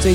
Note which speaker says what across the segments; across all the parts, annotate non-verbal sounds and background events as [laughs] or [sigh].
Speaker 1: 最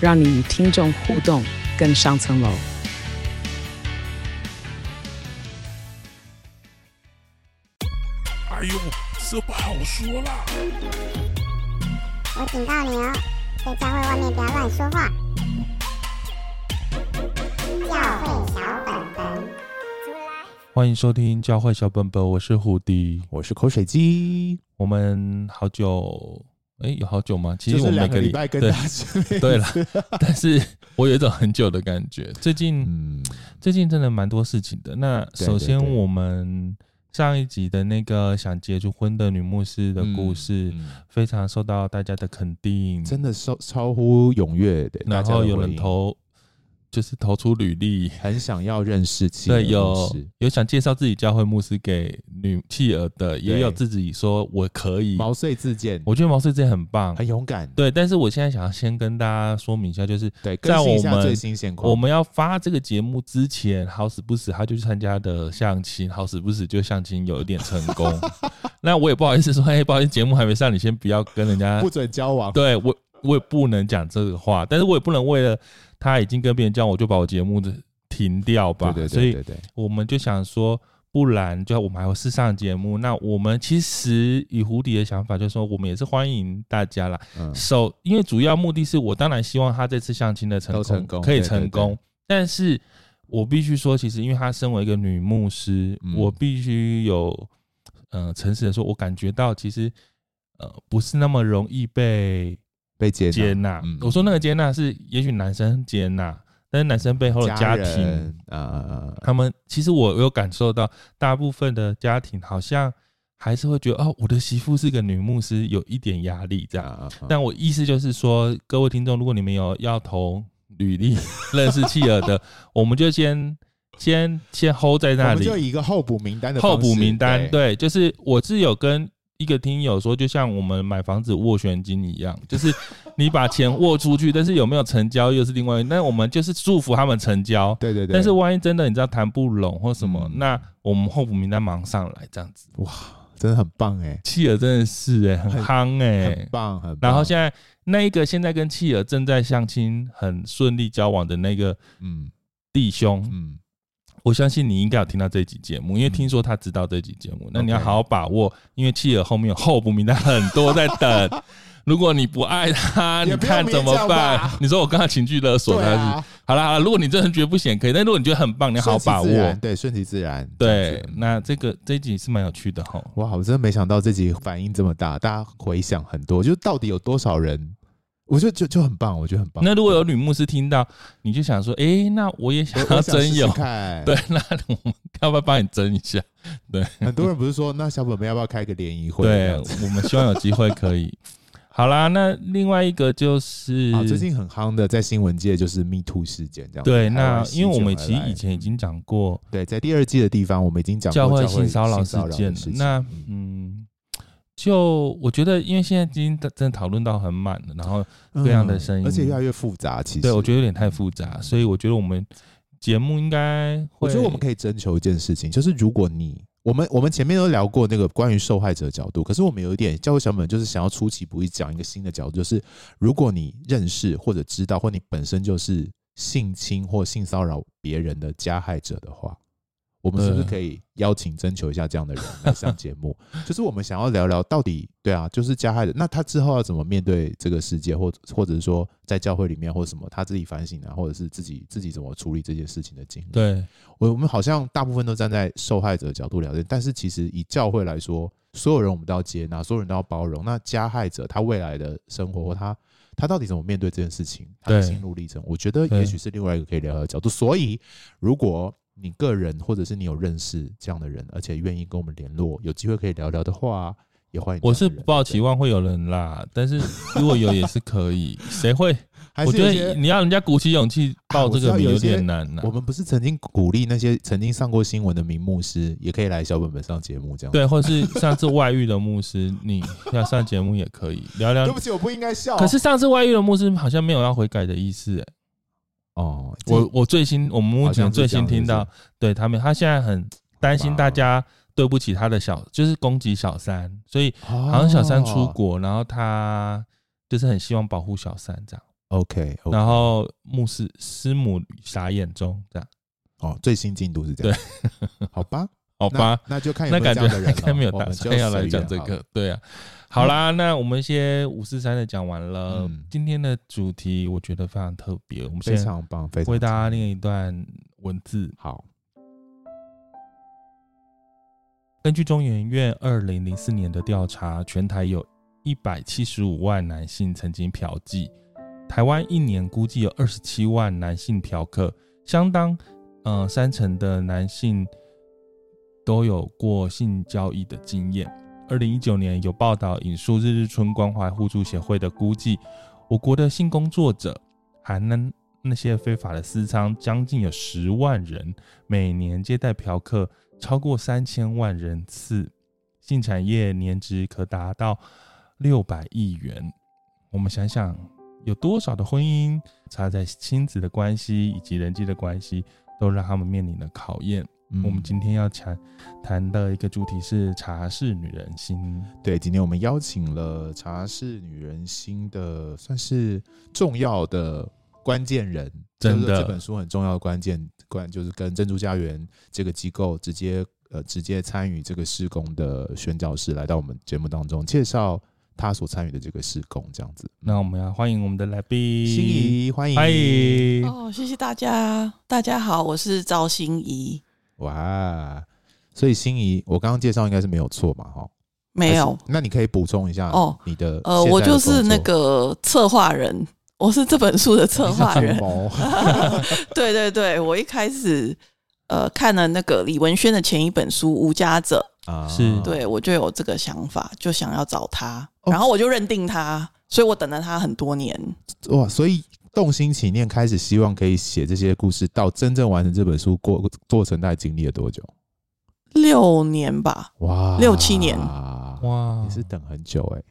Speaker 1: 让你与听众互动更上层楼。
Speaker 2: 哎呦，这不好说啦。
Speaker 3: 我警告你哦，在教会外面不要乱说话。教会小本本，
Speaker 4: 欢迎收听教会小本本，我是胡迪。
Speaker 5: 我是口水鸡，
Speaker 4: 我们好久，哎，有好久吗？其
Speaker 5: 就
Speaker 4: 实我
Speaker 5: 是
Speaker 4: 们每
Speaker 5: 两
Speaker 4: 个
Speaker 5: 礼拜跟
Speaker 4: 对
Speaker 5: 大家见面。
Speaker 4: 对了， [laughs] 但是我有一种很久的感觉。 [laughs] 最近、
Speaker 5: 嗯，
Speaker 4: 最近真的蛮多事情的。那
Speaker 5: 对
Speaker 4: 首先，
Speaker 5: 对对
Speaker 4: 我们上一集的那个想结出婚的女牧师的故事，
Speaker 5: 嗯
Speaker 4: 非常受到大家的肯定，
Speaker 5: 真的超超乎踊跃的，
Speaker 4: 然
Speaker 5: 大家
Speaker 4: 后
Speaker 5: 的
Speaker 4: 有
Speaker 5: 回
Speaker 4: 人
Speaker 5: 应，
Speaker 4: 投，就是投出履历。
Speaker 5: 很想要认识企鹅
Speaker 4: 对，
Speaker 5: 牧
Speaker 4: 有
Speaker 5: 师
Speaker 4: 有想介绍自己教会牧师给女妻儿的，也
Speaker 5: 对
Speaker 4: 有自己说我可以，
Speaker 5: 毛遂自荐，
Speaker 4: 我觉得毛遂自荐很棒，
Speaker 5: 很勇敢。
Speaker 4: 对，但是我现在想要先跟大家说明一下，就是
Speaker 5: 对，更
Speaker 4: 在
Speaker 5: 新一
Speaker 4: 我
Speaker 5: 下
Speaker 4: 们
Speaker 5: 最新现况。
Speaker 4: 我们要发这个节目之前，好死不死他就去参加的相亲，好死不死就相亲有一点成
Speaker 5: [laughs]
Speaker 4: 功。那我也不好意思说， [laughs] 哎，不好意思，节目还没上，你先不要跟人
Speaker 5: [laughs]
Speaker 4: 家
Speaker 5: 不。准交往，
Speaker 4: 对我，我也不能讲这个话，但是我也不能为了他已经跟别人交往，我就把我节目的停掉吧。
Speaker 5: 对对
Speaker 4: 所以
Speaker 5: 对对对，
Speaker 4: 我们就想说，不然就我们还有试上节目。那我们其实以蝴蝶的想法，就是说我们也是欢迎大家啦。
Speaker 5: 嗯，
Speaker 4: 首、因为主要目的是我当然希望他这次相亲的成功
Speaker 5: 都成功
Speaker 4: 可以
Speaker 5: 对对
Speaker 4: 成功，
Speaker 5: 对
Speaker 4: 但是我必须说，其实因为她身为一个女牧师，
Speaker 5: 嗯
Speaker 4: 我必须有呃诚实的说，我感觉到其实呃不是那么容易被
Speaker 5: 被接纳
Speaker 4: 接纳。
Speaker 5: 嗯
Speaker 4: 我说那个接纳是，也许男生接纳，但是男生背后的家庭。
Speaker 5: 人啊啊啊啊，
Speaker 4: 他们其实我有感受到，大部分的家庭好像还是会觉得哦，我的媳妇是个女牧师，有一点压力这
Speaker 5: 啊
Speaker 4: 样。
Speaker 5: 啊啊
Speaker 4: 但我意思就是说，各位听众，如果你们有要投履历 [laughs] 认识契尔的，我们就先先先 hold 在那
Speaker 5: 我们
Speaker 4: 里
Speaker 5: 就，以一个候补名单的
Speaker 4: 候补
Speaker 5: 方式
Speaker 4: 名单。
Speaker 5: 对，
Speaker 4: 对，就是我是有跟一个听友说，就像我们买房子斡旋金一样，就是你把钱握出去，但是有没有成交又是另外一。那我们就是祝福他们成交，
Speaker 5: 对对对，
Speaker 4: 但是万一真的你知道谈不拢或什么，
Speaker 5: 嗯
Speaker 4: 那我们候补名单忙上来这样子。
Speaker 5: 真的很棒哎，
Speaker 4: 契尔真的是哎、很夯哎、
Speaker 5: 很棒很棒。
Speaker 4: 然后现在那一个现在跟契尔正在相亲很顺利交往的那个
Speaker 5: 嗯
Speaker 4: 弟兄，
Speaker 5: 嗯，
Speaker 4: 我相信你应该有听到这集节目，因为
Speaker 5: 嗯
Speaker 4: 听说他知道这集节目。那
Speaker 5: OK
Speaker 4: 你要好好把握，因为契尔后面有候补名单很多在等。如果你不爱他，你
Speaker 5: [laughs] 也不要
Speaker 4: 看怎么
Speaker 5: 勉强
Speaker 4: 办
Speaker 5: 吧？
Speaker 4: 你说我刚刚情绪勒索
Speaker 5: 对
Speaker 4: 他是不是？
Speaker 5: 啊，
Speaker 4: 好了好了，如果你真的觉得不行，可以；但如果你觉得很棒，你好好把
Speaker 5: 顺其自
Speaker 4: 握
Speaker 5: 然。对，顺其自然，这
Speaker 4: 对
Speaker 5: 样，子哦
Speaker 4: 那这个这一集是蛮有趣的哈。
Speaker 5: 哇，我真的没想到这集反应这么大，大家回想很多，就是到底有多少人，我觉得就就很棒，我觉得很棒。
Speaker 4: 那如果有女牧师听到，你就想说，诶，那我也 [laughs] 想
Speaker 5: 我
Speaker 4: 要
Speaker 5: 我想
Speaker 4: 真有
Speaker 5: 试试，看，
Speaker 4: 对，，那我们 [laughs] 要不要帮你争一下？
Speaker 5: 很多人不是说那小本本要不要开个联谊会？这
Speaker 4: 对，
Speaker 5: 样子
Speaker 4: 我们希望有机会可以。 [laughs] 好啦，那另外一个就是
Speaker 5: 啊，最近很夯的在新闻界就是 Me Too 事件这样子。
Speaker 4: 对，
Speaker 5: 台
Speaker 4: 那
Speaker 5: 湾席
Speaker 4: 因为我
Speaker 5: 卷
Speaker 4: 们
Speaker 5: 而
Speaker 4: 其实
Speaker 5: 来
Speaker 4: 以前已经讲过
Speaker 5: 对在第二季的地方，我们已经讲过
Speaker 4: 教
Speaker 5: 教
Speaker 4: 会
Speaker 5: 性
Speaker 4: 性骚扰事
Speaker 5: 的
Speaker 4: 件了
Speaker 5: 事，情
Speaker 4: 那
Speaker 5: 嗯
Speaker 4: 嗯。就我觉得，因为现在已经真的讨论到很满了，然后各样的声音
Speaker 5: 嗯而且越来越复杂。其实，
Speaker 4: 对我觉得有点太复杂，所以我觉得我们节目应该会，
Speaker 5: 我觉得我们可以征求一件事情，就是如果你我们我们前面都聊过那个关于受害者的角度，可是我们有一点教会小本就是想要出其不意讲一个新的角度，就是如果你认识或者知道，或你本身就是性侵或性骚扰别人的加害者的话，我们是不是
Speaker 4: 对
Speaker 5: 可以邀请征求一下这样的人来上节目？ [laughs] 就是我们想要聊聊到底对啊，就是加害人，那他之后要怎么面对这个世界，或者或者是说在教会里面或者什么，他自己反省啊，或者是自己自己怎么处理这件事情的经历。
Speaker 4: 对
Speaker 5: 我我们好像大部分都站在受害者的角度聊天，但是其实以教会来说，所有人我们都要接纳，所有人都要包容。那加害者他未来的生活或他他到底怎么面对这件事情，他的
Speaker 4: 对
Speaker 5: 心路历程，我觉得
Speaker 4: 对
Speaker 5: 也许是另外一个可以聊聊的角度。所以，如果你个人或者是你有认识这样的人，而且愿意跟我们联络，有机会可以聊聊的话，也欢迎这
Speaker 4: 我
Speaker 5: 样的人。
Speaker 4: 是不抱
Speaker 5: 对 [laughs]
Speaker 4: 期望会有人啦，但是如果有也是可以。谁会？
Speaker 5: 还
Speaker 4: 我
Speaker 5: 是
Speaker 4: 觉
Speaker 5: 有一
Speaker 4: 得
Speaker 5: 些。啊
Speaker 4: 你要人家鼓起勇气报这个名有点难啊呐、
Speaker 5: 我们不是曾经鼓励那些曾经上过新闻的名牧师，也可以来小本本上节目这样。，
Speaker 4: 对，啊或者是上次外遇的牧师，你要上节目也可以聊聊
Speaker 5: 对。不起，我不应该笑。
Speaker 4: 可是上次外遇的牧师好像没有要悔改的意思、欸，
Speaker 5: 哦，
Speaker 4: 我我最新我们目
Speaker 5: 好
Speaker 4: 前
Speaker 5: 像是
Speaker 4: 最新
Speaker 5: 这样
Speaker 4: 听到
Speaker 5: 是，
Speaker 4: 对他们，他现在很担心
Speaker 5: 哇哦
Speaker 4: 大家对不起他的小，就是攻击小三，所以
Speaker 5: 好
Speaker 4: 好像小三
Speaker 5: 哦
Speaker 4: 出国，然后他就是很希望保护小三这样，
Speaker 5: 哦，OK，
Speaker 4: 然后牧师师母傻眼中这样，
Speaker 5: 哦，最新进度是这样， [laughs] 好吧，
Speaker 4: [laughs] 好
Speaker 5: 好
Speaker 4: 吧，
Speaker 5: 那就看有
Speaker 4: 那
Speaker 5: 没有
Speaker 4: 感觉
Speaker 5: 这样
Speaker 4: [laughs]
Speaker 5: 的人
Speaker 4: 应该
Speaker 5: 了
Speaker 4: 没有
Speaker 5: 我
Speaker 4: 打
Speaker 5: 们就
Speaker 4: 算要来
Speaker 5: 随
Speaker 4: 讲
Speaker 5: 缘
Speaker 4: 这
Speaker 5: 好了嗯
Speaker 4: 个，对啊，好啦，那我们一些五四三的讲完了
Speaker 5: 嗯，
Speaker 4: 今天的主题我觉得非常特别，我们
Speaker 5: 非
Speaker 4: 先
Speaker 5: 常棒，非常
Speaker 4: 为大家
Speaker 5: 棒
Speaker 4: 念一段文字。
Speaker 5: 好，
Speaker 4: 根据中研院二零零四年的调查，全台有一百七十五万男性曾经嫖妓，台湾一年估计有二十七万男性嫖客，相当呃三成的男性都有过性交易的经验。二零一九年有报道引述日日春关怀互助协会的估计，我国的性工作者含那那些非法的私娼，将近有十万人，每年接待嫖客超过三千万人次，性产业年值可达到六百亿元。我们想想，有多少的婚姻差在亲子的关系以及人际的关系，都让他们面临了考验。
Speaker 5: 嗯
Speaker 4: 我们今天要谈谈的一个主题是茶是女人心，
Speaker 5: 对今天我们邀请了茶室女人心的算是重要的关键人，
Speaker 4: 真
Speaker 5: 就是
Speaker 4: 的
Speaker 5: 这本书很重要的关键关就是跟珍珠家园这个机构直接呃直接参与这个施工的宣教师来到我们节目当中介绍他所参与的这个施工这样子。
Speaker 4: 那我们要欢迎我们的来宾
Speaker 5: 心，仪欢迎，
Speaker 4: 欢迎。
Speaker 6: 哦，谢谢大家，大家好，我是赵心怡。
Speaker 5: 哇！所以心仪，我刚刚介绍应该是没有错嘛，哈？
Speaker 6: 没有
Speaker 5: 哎还，是，那你可以补充一下
Speaker 6: 哦
Speaker 5: 你的
Speaker 6: 呃，
Speaker 5: 现在的
Speaker 6: 我就是
Speaker 5: 工作
Speaker 6: 那个策划人，我是这本书的策
Speaker 5: [laughs]
Speaker 6: 划
Speaker 5: 你
Speaker 6: 人
Speaker 4: [laughs]
Speaker 5: 是。主谋
Speaker 6: 对对对，我一开始呃看了那个李文轩的前一本书《无家者
Speaker 5: 啊，
Speaker 4: 是》，
Speaker 6: 对我就有这个想法，就想要找他，
Speaker 5: 哦
Speaker 6: 然后我就认定他，所以我等了他很多年。
Speaker 5: 哇，所以动心起念开始希望可以写这些故事，到真正完成这本书过过程，大概经历了多久？
Speaker 6: 六年吧，
Speaker 5: 哇，
Speaker 6: 六七年
Speaker 5: 哇，
Speaker 4: 哇
Speaker 5: 也是等很久哎、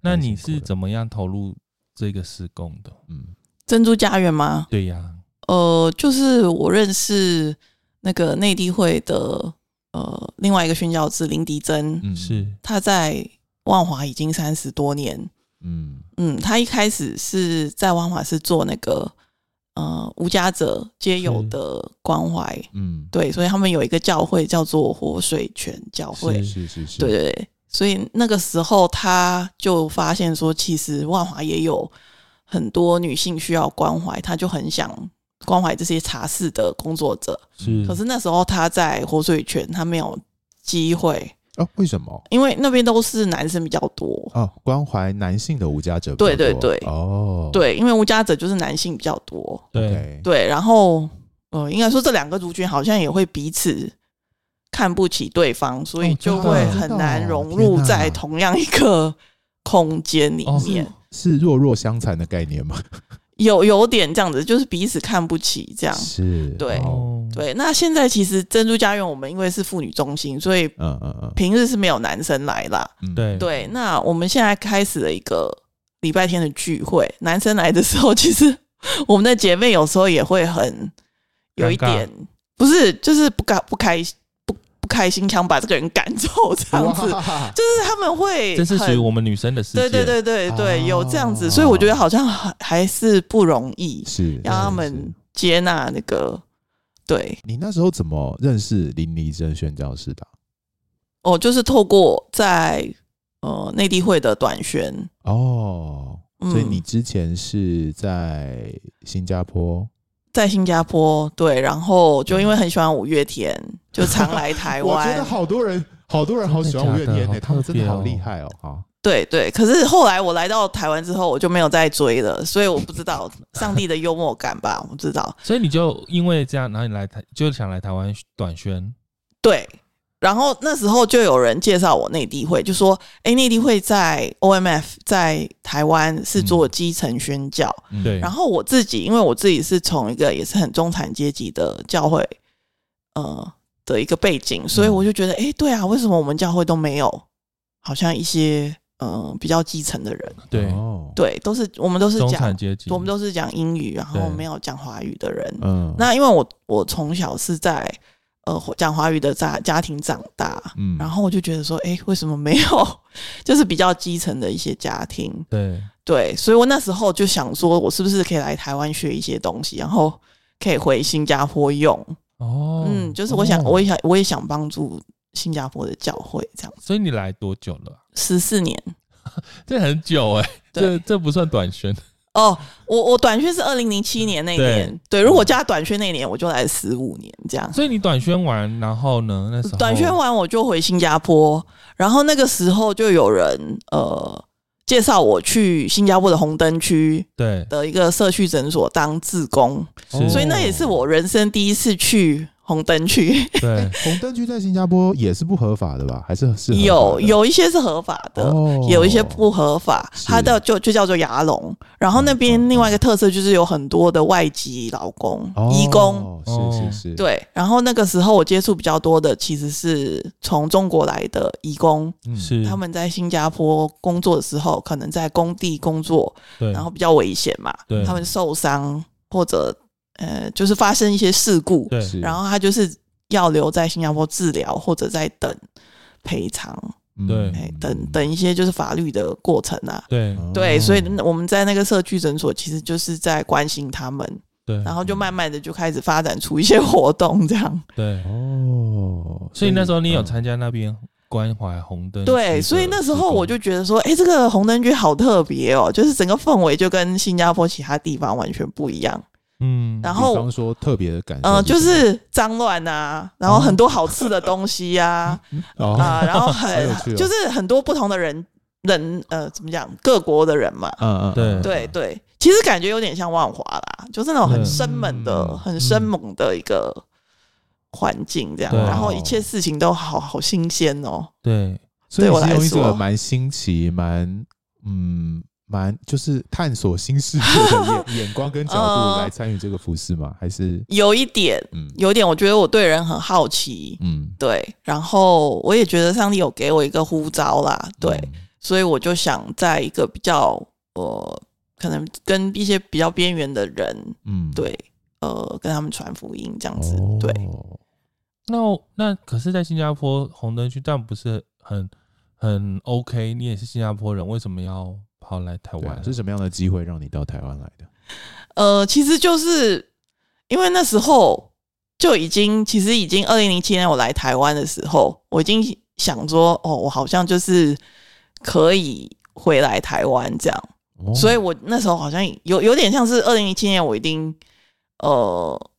Speaker 4: 那
Speaker 5: 蛮
Speaker 4: 你
Speaker 5: 辛苦
Speaker 4: 是
Speaker 5: 的
Speaker 4: 怎么样投入这个施工的？
Speaker 5: 嗯，
Speaker 6: 珍珠家园吗？
Speaker 4: 对呀、
Speaker 6: 呃，就是我认识那个内地会的呃另外一个宣教师林迪珍，
Speaker 5: 嗯，
Speaker 4: 是，
Speaker 6: 他在万华已经三十多年。
Speaker 5: 嗯
Speaker 6: 嗯，他一开始是在万华是做那个呃无家者皆有
Speaker 4: 是
Speaker 6: 的关怀，
Speaker 5: 嗯，
Speaker 6: 对，所以他们有一个教会叫做活水泉教会
Speaker 5: 是，是是是，
Speaker 6: 对对对，所以那个时候他就发现说，其实万华也有很多女性需要关怀，他就很想关怀这些茶室的工作者，
Speaker 4: 是，
Speaker 6: 可是那时候他在活水泉，他没有机会，
Speaker 5: 哦，为什么？
Speaker 6: 因为那边都是男生比较多。
Speaker 5: 哦，关怀男性的无家者比较多，
Speaker 6: 对对对
Speaker 5: 哦，
Speaker 6: 对，因为无家者就是男性比较多，
Speaker 4: 对，
Speaker 5: ，OK，
Speaker 6: 对，然后呃，应该说这两个族群好像也会彼此看不起对方，所以
Speaker 4: 哦真的
Speaker 6: 就会
Speaker 4: 真
Speaker 6: 很
Speaker 5: 的
Speaker 6: 难
Speaker 5: 哦
Speaker 6: 融
Speaker 5: 天
Speaker 6: 入
Speaker 5: 哪
Speaker 6: 在同样一个空间里
Speaker 4: 哦
Speaker 6: 面，
Speaker 5: 是弱弱相残的概念吗？
Speaker 6: 有有点这样子，就是彼此看不起这样。
Speaker 5: 是，
Speaker 6: 对
Speaker 5: 哦
Speaker 4: 哦，
Speaker 6: 对，那现在其实珍珠家园我们因为是妇女中心，所以
Speaker 5: 嗯嗯
Speaker 6: 平日是没有男生来啦。
Speaker 5: 嗯，
Speaker 4: 对
Speaker 6: 对，那我们现在开始了一个礼拜天的聚会，男生来的时候，其实我们的姐妹有时候也会很有一
Speaker 4: 尴尬
Speaker 6: 点，不是，就是不开不开不不开心，想把这个人赶走这样子，
Speaker 5: 哇
Speaker 6: 就是他们会
Speaker 4: 这是属于
Speaker 6: 很
Speaker 4: 我们女生的世界，
Speaker 6: 对对对对对、
Speaker 5: 哦
Speaker 6: 有这样子，所以我觉得好像还还是不容易
Speaker 5: [laughs] 是
Speaker 6: 让他
Speaker 5: 是是
Speaker 6: 们接纳那个。对，
Speaker 5: 你那时候怎么认识林黎真宣教师的啊？
Speaker 6: 哦，就是透过在呃内地会的短宣，
Speaker 5: 哦，
Speaker 6: 嗯
Speaker 5: 所以你之前是在新加坡，
Speaker 6: 在新加坡，对，然后就因为很喜欢五月天，就常来台湾，
Speaker 5: 好多人，好多人
Speaker 4: 真的假的好
Speaker 5: 他们
Speaker 4: 特
Speaker 5: 真的
Speaker 4: 别
Speaker 5: 好
Speaker 4: 哦
Speaker 5: 厉害哦！啊，
Speaker 6: 对对。可是后来我来到台湾之后，我就没有再追了，所以我不知道上帝的幽默感吧， [laughs] 我不知道。
Speaker 4: 所以你就因为这样，然后你来台就想来台湾短宣，
Speaker 6: 对，然后那时候就有人介绍我内地会，就说：“哎，内地会在 OMF 在台湾是做基层宣教。
Speaker 5: 嗯
Speaker 4: 对，
Speaker 6: 然后我自己，因为我自己是从一个也是很中产阶级的教会，呃的一个背景，
Speaker 4: 嗯
Speaker 6: 所以我就觉得，哎、对啊，为什么我们教会都没有好像一些呃比较基层的人？
Speaker 4: 对，
Speaker 5: 哦，
Speaker 6: 对，都是我们都是
Speaker 4: 中
Speaker 6: 讲
Speaker 4: 产，阶级，
Speaker 6: 我们都是讲英语，然后
Speaker 4: 对
Speaker 6: 没有讲华语的人。
Speaker 5: 嗯，
Speaker 6: 那因为我我从小是在呃讲华语的家家庭长大，
Speaker 5: 嗯
Speaker 6: 然后我就觉得说，哎、为什么没有？ [laughs] 就是比较基层的一些家庭，
Speaker 4: 对
Speaker 6: 对，所以我那时候就想说，我是不是可以来台湾学一些东西，然后可以回新加坡用？
Speaker 4: 哦，
Speaker 6: 嗯，就是我想，
Speaker 4: 哦
Speaker 6: 我也想，我也想帮助新加坡的教会这样。
Speaker 4: 所以你来多久了啊？
Speaker 6: 十四年
Speaker 4: 这很久哎，这
Speaker 6: [laughs] 对
Speaker 4: 这不算短宣，
Speaker 6: 哦，我我短宣是二零零七年那一年，对，
Speaker 4: 嗯
Speaker 6: 如果加短宣那一年，我就来十五年这样。
Speaker 4: 所以你短宣完，然后呢？那时候
Speaker 6: 短宣完我就回新加坡，然后那个时候就有人呃介绍我去新加坡的红灯区
Speaker 4: 对，
Speaker 6: 的一个社区诊所当志工，
Speaker 5: 哦
Speaker 6: 所以那也是我人生第一次去红灯区。
Speaker 4: 对
Speaker 5: 哎红灯区在新加坡也是不合法的吧？还是是合法的
Speaker 6: [laughs] 有有一些是合法的，
Speaker 5: 哦
Speaker 6: 有一些不合法，
Speaker 5: 是
Speaker 6: 它的就就叫做牙龙。然后
Speaker 5: 嗯
Speaker 6: 那
Speaker 5: 嗯
Speaker 6: 边
Speaker 5: 嗯
Speaker 6: 另外一个特色就是有很多的外籍劳工、移工。
Speaker 5: 哦是是是，，
Speaker 6: 对，然后那个时候我接触比较多的其实是从中国来的移工，
Speaker 5: 嗯
Speaker 4: 是
Speaker 6: [laughs] 他们在新加坡工作的时候，可能在工地工作，
Speaker 4: 对，
Speaker 6: 然后比较危险嘛
Speaker 4: 对，
Speaker 6: 他们受伤或者呃就是发生一些事故，
Speaker 4: 对
Speaker 5: 是
Speaker 6: 然后他就是要留在新加坡治疗或者在等赔偿，
Speaker 5: 嗯
Speaker 4: 对
Speaker 6: 哎、等等一些就是法律的过程啊。
Speaker 4: 对
Speaker 5: 哦
Speaker 6: 对，所以我们在那个社区诊所，其实就是在关心他们，
Speaker 5: 嗯
Speaker 4: 对，
Speaker 6: 然后就慢慢的就开始发展出一些活动，这样。
Speaker 5: 嗯
Speaker 4: 对，
Speaker 5: 哦，
Speaker 4: 所以那时候你有
Speaker 5: 嗯
Speaker 4: 参加那边关怀红灯区的
Speaker 6: 对，所以那时候我
Speaker 4: 志
Speaker 6: 就觉得说，哎，这个红灯区好特别哦，就是整个氛围就跟新加坡其他地方完全不一样。
Speaker 4: 工嗯，
Speaker 6: 然
Speaker 5: 比
Speaker 6: 后
Speaker 5: 方说特别的感受什么，
Speaker 6: 呃，就是脏乱啊，然后很多好吃的东西呀、啊，
Speaker 5: 哦，
Speaker 6: 然后
Speaker 5: [laughs] 好
Speaker 6: 很、
Speaker 5: 有趣哦
Speaker 6: 就是很多不同的人人呃，怎么讲，各国的人嘛，
Speaker 5: 嗯嗯，
Speaker 4: 对
Speaker 6: 对对，其实感觉有点像万华啦，就是那种很生猛的、
Speaker 5: 嗯
Speaker 6: 很生猛的一个环境，这样，
Speaker 4: 对
Speaker 5: 嗯
Speaker 6: 然后一切事情都好好新鲜哦。
Speaker 4: 对
Speaker 5: 所以
Speaker 6: 对我
Speaker 5: 你是
Speaker 6: 来
Speaker 5: 用一个
Speaker 6: 说
Speaker 5: 蛮新奇、蛮嗯、蛮就是探索新世界的眼眼光跟角度
Speaker 6: 呃
Speaker 5: 来参与这个服饰吗？还是
Speaker 6: 有一点，
Speaker 5: 嗯
Speaker 6: 有一点，我觉得我对人很好奇，
Speaker 5: 嗯，
Speaker 6: 对，然后我也觉得上帝有给我一个呼召啦，对，
Speaker 5: 嗯
Speaker 6: 所以我就想在一个比较呃，可能跟一些比较边缘的人，
Speaker 5: 嗯，嗯，
Speaker 6: 对，呃，跟他们传福音这样子，
Speaker 5: 哦，
Speaker 6: 对。
Speaker 4: 那我那可是，在新加坡红灯区，但不是很很 OK。你也是新加坡人，为什么要跑来台
Speaker 5: 对啊
Speaker 4: 湾？
Speaker 5: 是什么样的机会让你到台湾来的？
Speaker 6: 呃，其实就是因为那时候就已经，其实已经二零零七年我来台湾的时候，我已经想说，哦，我好像就是可以回来台湾这样，
Speaker 5: 哦
Speaker 6: 所以我那时候好像有有点像是二零零七年，我已经呃。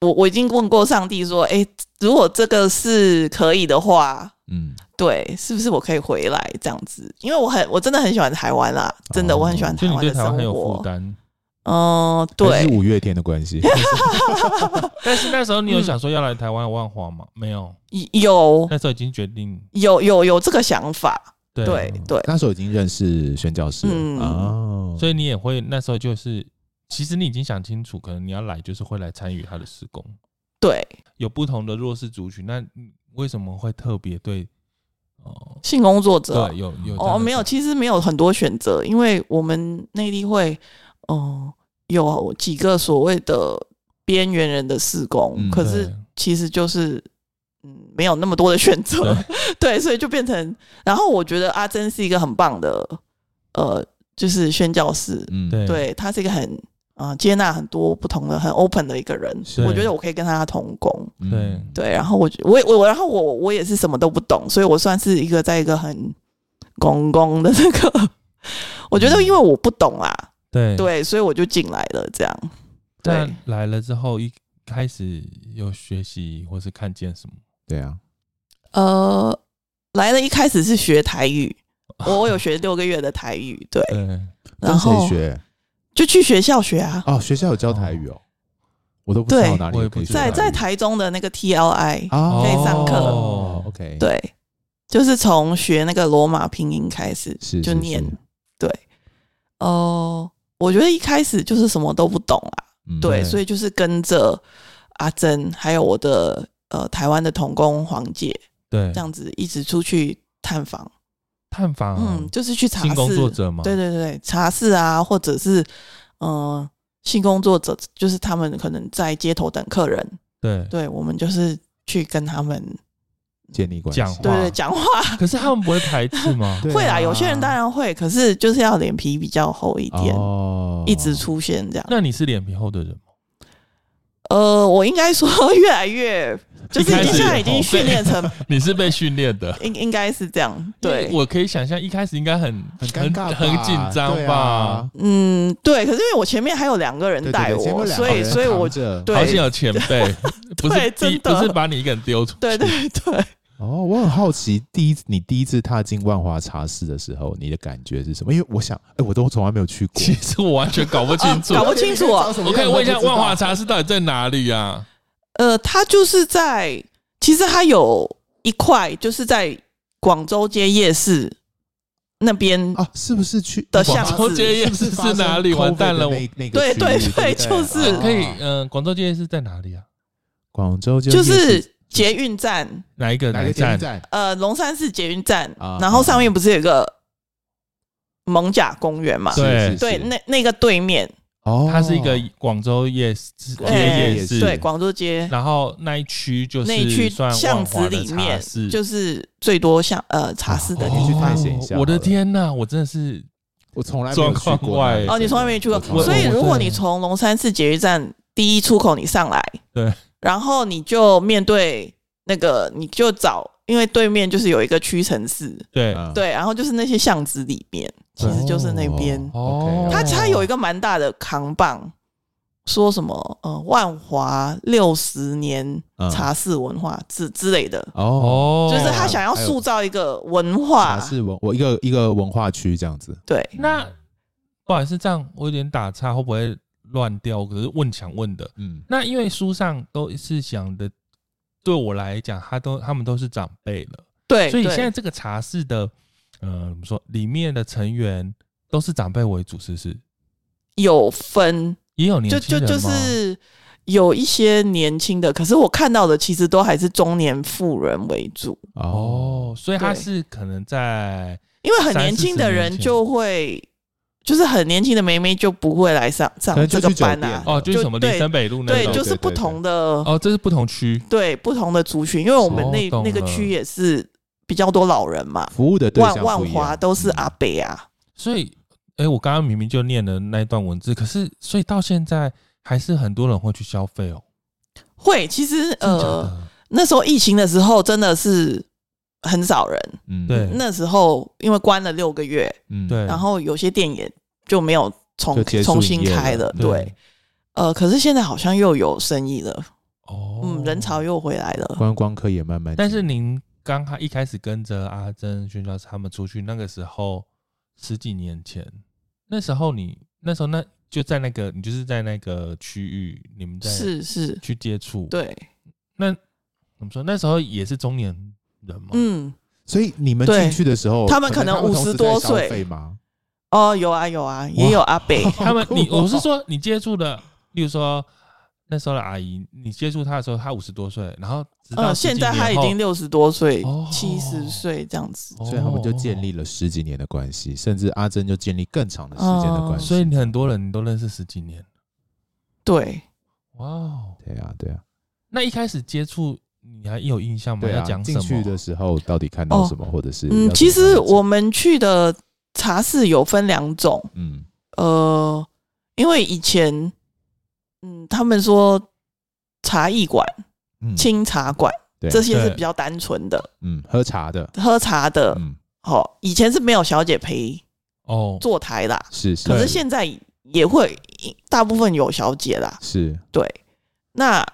Speaker 6: 我我已经问过上帝说，诶，如果这个是可以的话，
Speaker 5: 嗯，
Speaker 6: 对，是不是我可以回来这样子？因为我很我真的很喜欢台湾啦，真的、
Speaker 5: 哦
Speaker 6: 我很喜欢
Speaker 4: 就
Speaker 6: 台
Speaker 4: 你
Speaker 6: 湾
Speaker 4: 对
Speaker 6: 的
Speaker 4: 台湾很
Speaker 6: 生
Speaker 4: 有负
Speaker 6: 活。
Speaker 4: 担，
Speaker 6: 嗯、
Speaker 5: 还是，
Speaker 6: 对
Speaker 5: 五月天的关系，
Speaker 4: 但是那时候你
Speaker 6: 嗯
Speaker 4: 有想说要来台湾万华吗？没
Speaker 6: 哦
Speaker 4: 有，
Speaker 6: 有
Speaker 4: 那时候已经决定。
Speaker 6: 有有有这个想法，
Speaker 4: 对，
Speaker 6: 对 [laughs] 对，
Speaker 5: 那时候已经认识宣教师了，
Speaker 6: 嗯
Speaker 5: 哦，
Speaker 4: 所以你也会那时候就是，其实你已经想清楚，可能你要来就是会来参与他的施工，
Speaker 6: 对
Speaker 4: 有不同的弱势族群，那你为什么会特别对？哦，
Speaker 6: 性工作者
Speaker 4: 对，有有这样的
Speaker 6: 哦没有，
Speaker 4: 想法
Speaker 6: 其实没有很多选择，因为我们内地会哦、有几个所谓的边缘人的施工，
Speaker 5: 嗯
Speaker 6: 可是
Speaker 4: 对
Speaker 6: 其实就是。嗯，没有那么多的选择， [laughs] 对，所以就变成，然后我觉得阿珍是一个很棒的，呃，就是宣教士，
Speaker 5: 嗯，
Speaker 4: 对
Speaker 6: 对他是一个很啊、呃接纳很多不同的、很 open 的一个人，
Speaker 5: 是
Speaker 6: 我觉得我可以跟他同工，
Speaker 5: 嗯
Speaker 4: 对
Speaker 6: 对，然后我觉我也我然后我我也是什么都不懂，所以我算是一个在一个很公公的那个， [laughs] 我觉得因为我不懂啦，
Speaker 4: 对
Speaker 6: 对，所以我就进来了这样。
Speaker 4: 那
Speaker 6: 对
Speaker 4: 来了之后，一开始有学习或是看见什么？
Speaker 5: 对啊，
Speaker 6: 呃，来了一开始是学台
Speaker 5: [laughs]
Speaker 6: 语，我我有学六个月的台语，对，
Speaker 4: 对，
Speaker 5: 呃跟
Speaker 6: 然
Speaker 5: 谁
Speaker 6: 后
Speaker 5: 学？
Speaker 6: 就去学校学啊，
Speaker 5: 哦，学校有教台语哦，我都不知道
Speaker 6: 对
Speaker 5: 哪里
Speaker 4: 我也
Speaker 5: 可以
Speaker 4: 不知
Speaker 5: 学
Speaker 4: 道
Speaker 5: 台
Speaker 6: 在
Speaker 5: 语
Speaker 6: 在台中的那个 TLI，
Speaker 5: 啊
Speaker 6: 可以上课
Speaker 5: 哦，OK，，
Speaker 6: 对，就是从学那个罗马拼音开始，
Speaker 5: 是
Speaker 6: 就是念
Speaker 5: 是
Speaker 6: 对。哦、我觉得一开始就是什么都不懂啊，
Speaker 5: 嗯
Speaker 6: 对，
Speaker 4: 对
Speaker 6: 所以就是跟着阿珍还有我的呃台湾的童工黄姐
Speaker 4: 对
Speaker 6: 这，样子一直出去探访，
Speaker 5: 啊
Speaker 4: 探访
Speaker 6: 嗯，就是去查
Speaker 4: 性工
Speaker 6: 室
Speaker 4: 作者嘛，
Speaker 6: 对对对，茶室啊，或者是嗯、呃性工作者，就是他们可能在街头等客人，
Speaker 4: 对
Speaker 6: 对我们就是去跟他们
Speaker 5: 建立关系，
Speaker 4: 讲
Speaker 6: 对
Speaker 4: 话
Speaker 6: 对讲话，
Speaker 4: 可是他们不会排斥
Speaker 6: [laughs]
Speaker 4: 吗？
Speaker 5: 对
Speaker 6: 会
Speaker 5: 啊
Speaker 6: 啦，有些人当然会，可是就是要脸皮比较厚一点，
Speaker 5: 哦，
Speaker 6: 一直出现这样。
Speaker 4: 那你是脸皮厚的人吗？
Speaker 6: 呃，我应该说越来越，就是
Speaker 4: 一开始
Speaker 6: 现在已经
Speaker 4: 哦
Speaker 6: 训练成，
Speaker 4: 你是被训练的。
Speaker 6: [laughs] 应应该是这样， [laughs] 对
Speaker 4: 因为。我可以想象一开始应该很
Speaker 5: 很尴尬吧，
Speaker 4: 很紧张
Speaker 5: 对
Speaker 4: 吧
Speaker 5: 啊？
Speaker 6: 嗯，对，可是因为我前面还有两个人
Speaker 5: 对对
Speaker 6: 带
Speaker 5: 对前面
Speaker 6: 我，
Speaker 5: 两
Speaker 6: 所
Speaker 5: 个
Speaker 6: 以
Speaker 5: 人
Speaker 6: 所以
Speaker 5: 扛
Speaker 6: 我
Speaker 5: 着
Speaker 6: 对
Speaker 4: 好像有前
Speaker 6: [laughs]
Speaker 4: 辈，不是
Speaker 6: 对
Speaker 4: 第
Speaker 6: 真的
Speaker 4: 不是把你一个人丢出 [laughs] 去，
Speaker 6: 对对对，
Speaker 5: 哦，我很好奇，第一你第一次踏进万华茶室的时候，你的感觉是什么？因为我想，哎、我都从来没有去过，
Speaker 4: 其实我完全搞不清
Speaker 6: [laughs]
Speaker 4: 楚。
Speaker 6: 啊搞不清楚啊
Speaker 4: 我可以问一下万华
Speaker 5: 茶，
Speaker 4: 茶室到底在哪里啊？
Speaker 6: 呃，他就是在，其实他有一块就是在广州街夜市那边，
Speaker 4: 哦
Speaker 5: 啊，是不是去
Speaker 6: 的巷
Speaker 4: 广
Speaker 6: 子
Speaker 4: 州街夜市是哪里？完蛋了，我
Speaker 5: 那那个区
Speaker 6: 对
Speaker 5: 域
Speaker 6: 对
Speaker 5: 对不对，
Speaker 6: 对就是
Speaker 5: 哦
Speaker 4: 可以，嗯，广州街夜市在哪里啊？
Speaker 5: 广州就
Speaker 4: 啊
Speaker 6: 就是捷运站，
Speaker 4: 哪一个
Speaker 5: 哪个
Speaker 4: 一
Speaker 5: 捷运
Speaker 4: 站？
Speaker 5: 站？
Speaker 6: 呃，龙山寺捷运站，
Speaker 5: 啊
Speaker 6: 然后上面不是有一个蒙甲公园嘛？
Speaker 4: 对
Speaker 5: 是是
Speaker 6: 对，
Speaker 5: 是
Speaker 6: 那那个对面，
Speaker 5: 哦，
Speaker 4: 它是一个广州夜市街
Speaker 6: 哎
Speaker 4: 夜
Speaker 5: 是
Speaker 4: 市，
Speaker 6: 对，广州街
Speaker 4: 然后那一区就是
Speaker 6: 那一区
Speaker 4: 算
Speaker 6: 巷
Speaker 4: 万
Speaker 6: 子
Speaker 4: 华的
Speaker 6: 里
Speaker 4: 茶
Speaker 6: 面
Speaker 4: 室，
Speaker 6: 就是最多像呃茶室的地
Speaker 5: 哦
Speaker 6: 方。
Speaker 5: 你去探险一下
Speaker 4: 我的
Speaker 5: 好了
Speaker 4: 天呐，我真的是
Speaker 5: 我从来没有去
Speaker 4: 状况
Speaker 5: 过那
Speaker 4: 外
Speaker 5: 里。
Speaker 6: 哦，你从来没去过
Speaker 5: 我从，来
Speaker 6: 所以
Speaker 5: 没有
Speaker 6: 如
Speaker 4: 我
Speaker 6: 果你从龙山寺捷运站第一出口你上来，
Speaker 4: 对，
Speaker 6: 然后你就面对那个，你就找，因为对面就是有一个屈臣氏，
Speaker 4: 对
Speaker 5: 嗯哦
Speaker 6: 对，然后就是那些巷子里面，其实就是那边，
Speaker 4: 哦
Speaker 6: 它它有一
Speaker 4: 个
Speaker 6: 个蛮大的扛棒，说什么呃万华六十年
Speaker 5: 嗯
Speaker 6: 茶室文化之之类的，
Speaker 5: 哦，
Speaker 4: 哦，
Speaker 6: 就是他想要
Speaker 5: 还有
Speaker 6: 塑造一个文
Speaker 5: 茶，
Speaker 6: 化
Speaker 5: 室文，我一个一个文化区这样子。
Speaker 6: 对，
Speaker 4: 那不好意思，这样我有点打岔，会不会乱掉？可是问想问的，
Speaker 5: 嗯，
Speaker 4: 那因为书上都是想的，对我来讲，他都他们都是长辈了，
Speaker 6: 对，
Speaker 4: 所以
Speaker 6: 对
Speaker 4: 现在这个茶室的，呃，怎么说，里面的成员都是长辈为主，是不是？
Speaker 6: 有分
Speaker 4: 也有年
Speaker 6: 就
Speaker 4: 轻
Speaker 6: 就
Speaker 4: 人
Speaker 6: 就
Speaker 4: 吗
Speaker 6: 是有一些年轻的，可是我看到的其实都还是中年妇人为主，
Speaker 5: 哦，
Speaker 4: 哦，所以他
Speaker 6: 对
Speaker 4: 是可能在
Speaker 6: 因为很
Speaker 4: 30
Speaker 6: 年轻的
Speaker 4: 年
Speaker 6: 人
Speaker 4: 前
Speaker 6: 就会，就是很年轻的妹妹就不会来上上
Speaker 5: 可能就
Speaker 6: 这个
Speaker 5: 去酒
Speaker 6: 班
Speaker 5: 店
Speaker 6: 啊，
Speaker 4: 哦，就是
Speaker 6: 就
Speaker 4: 什么
Speaker 6: 对
Speaker 4: 林森北路那
Speaker 6: 对，
Speaker 4: 种，
Speaker 6: 就是不同的
Speaker 4: 哦，这是不同区，
Speaker 6: 对不同的族群，因为我们
Speaker 4: 哦
Speaker 6: 那
Speaker 4: 懂
Speaker 6: 那个
Speaker 4: 了
Speaker 6: 区也是比较多老人嘛，
Speaker 5: 服务的对象
Speaker 6: 万
Speaker 5: 不一样
Speaker 6: 万华都是
Speaker 5: 嗯
Speaker 6: 阿伯啊，
Speaker 4: 所以，哎、我刚刚明明就念了那一段文字，可是，所以到现在还是很多人会去消费哦。
Speaker 6: 会其实
Speaker 4: 真的假
Speaker 6: 呃
Speaker 4: 的
Speaker 6: 那时候疫情的时候真的是很少人，
Speaker 5: 嗯
Speaker 4: 对
Speaker 6: 那时候因为关了六个月，
Speaker 5: 嗯
Speaker 4: 对，
Speaker 6: 然后有些店也就没有重
Speaker 5: 就结束
Speaker 6: 重新
Speaker 5: 营业
Speaker 6: 开
Speaker 5: 了
Speaker 6: 了，对，呃，可是现在好像又有生意了，
Speaker 4: 哦，
Speaker 6: 嗯，人潮。又回来了，
Speaker 5: 观光客也慢慢进，
Speaker 4: 但是您刚开一开始跟着阿珍、宣教师他们出去，那个时候十几年前，那时候你那时候那就在那个你就是在那个区域，你们在
Speaker 6: 是是，
Speaker 4: 去接触。，
Speaker 6: 对，
Speaker 4: 那怎么说？那时候也是中年人
Speaker 5: 哦
Speaker 4: 嘛。
Speaker 6: 嗯，
Speaker 5: 所以你们
Speaker 6: 对
Speaker 5: 进去的时候，
Speaker 6: 他们可能
Speaker 5: 他们同时
Speaker 6: 50多岁
Speaker 5: 在消费吗？
Speaker 6: 哦，有啊有啊，也有
Speaker 5: [laughs]
Speaker 6: 阿北，
Speaker 4: 他们
Speaker 5: 好，酷
Speaker 4: 你
Speaker 5: 哦
Speaker 4: 我是说，你接触的，例如说那时候的阿姨，你接触她的时候，她五十多岁，然后直到
Speaker 6: 呃，
Speaker 4: 十几
Speaker 6: 现在他
Speaker 4: 年
Speaker 6: 已
Speaker 4: 后
Speaker 6: 经，六十多岁
Speaker 4: 哦，
Speaker 6: 七十岁这样子，
Speaker 5: 所以他们就建立
Speaker 4: 了。
Speaker 5: 了十几年的关系，甚至阿珍就建立更长的时间
Speaker 6: 哦
Speaker 5: 的关系。
Speaker 4: 所以你很多人你都认识十几年，
Speaker 6: 对，
Speaker 4: 哇哦！
Speaker 5: 对啊，对啊，
Speaker 4: 那一开始接触你还有印象吗？
Speaker 5: 对
Speaker 4: 要
Speaker 5: 啊。
Speaker 4: 讲什么？
Speaker 5: 进去的时候到底看到什么，或者是要怎么样
Speaker 6: 嗯，
Speaker 5: 子
Speaker 6: 其实我们去的茶室有分两种，
Speaker 5: 嗯
Speaker 6: 呃，因为以前，嗯，他们说茶艺馆、
Speaker 5: 嗯
Speaker 6: 清茶馆
Speaker 5: 对
Speaker 6: 这些是
Speaker 4: 对
Speaker 6: 比较单纯的，
Speaker 5: 嗯喝茶的
Speaker 6: 喝茶的，
Speaker 5: 嗯
Speaker 6: 好、以前是没有小姐陪
Speaker 4: 哦，
Speaker 6: 坐台啦，
Speaker 5: 是是
Speaker 6: 可是
Speaker 4: 对
Speaker 6: 现在也会大部分有小姐啦。
Speaker 5: 是
Speaker 6: 对，那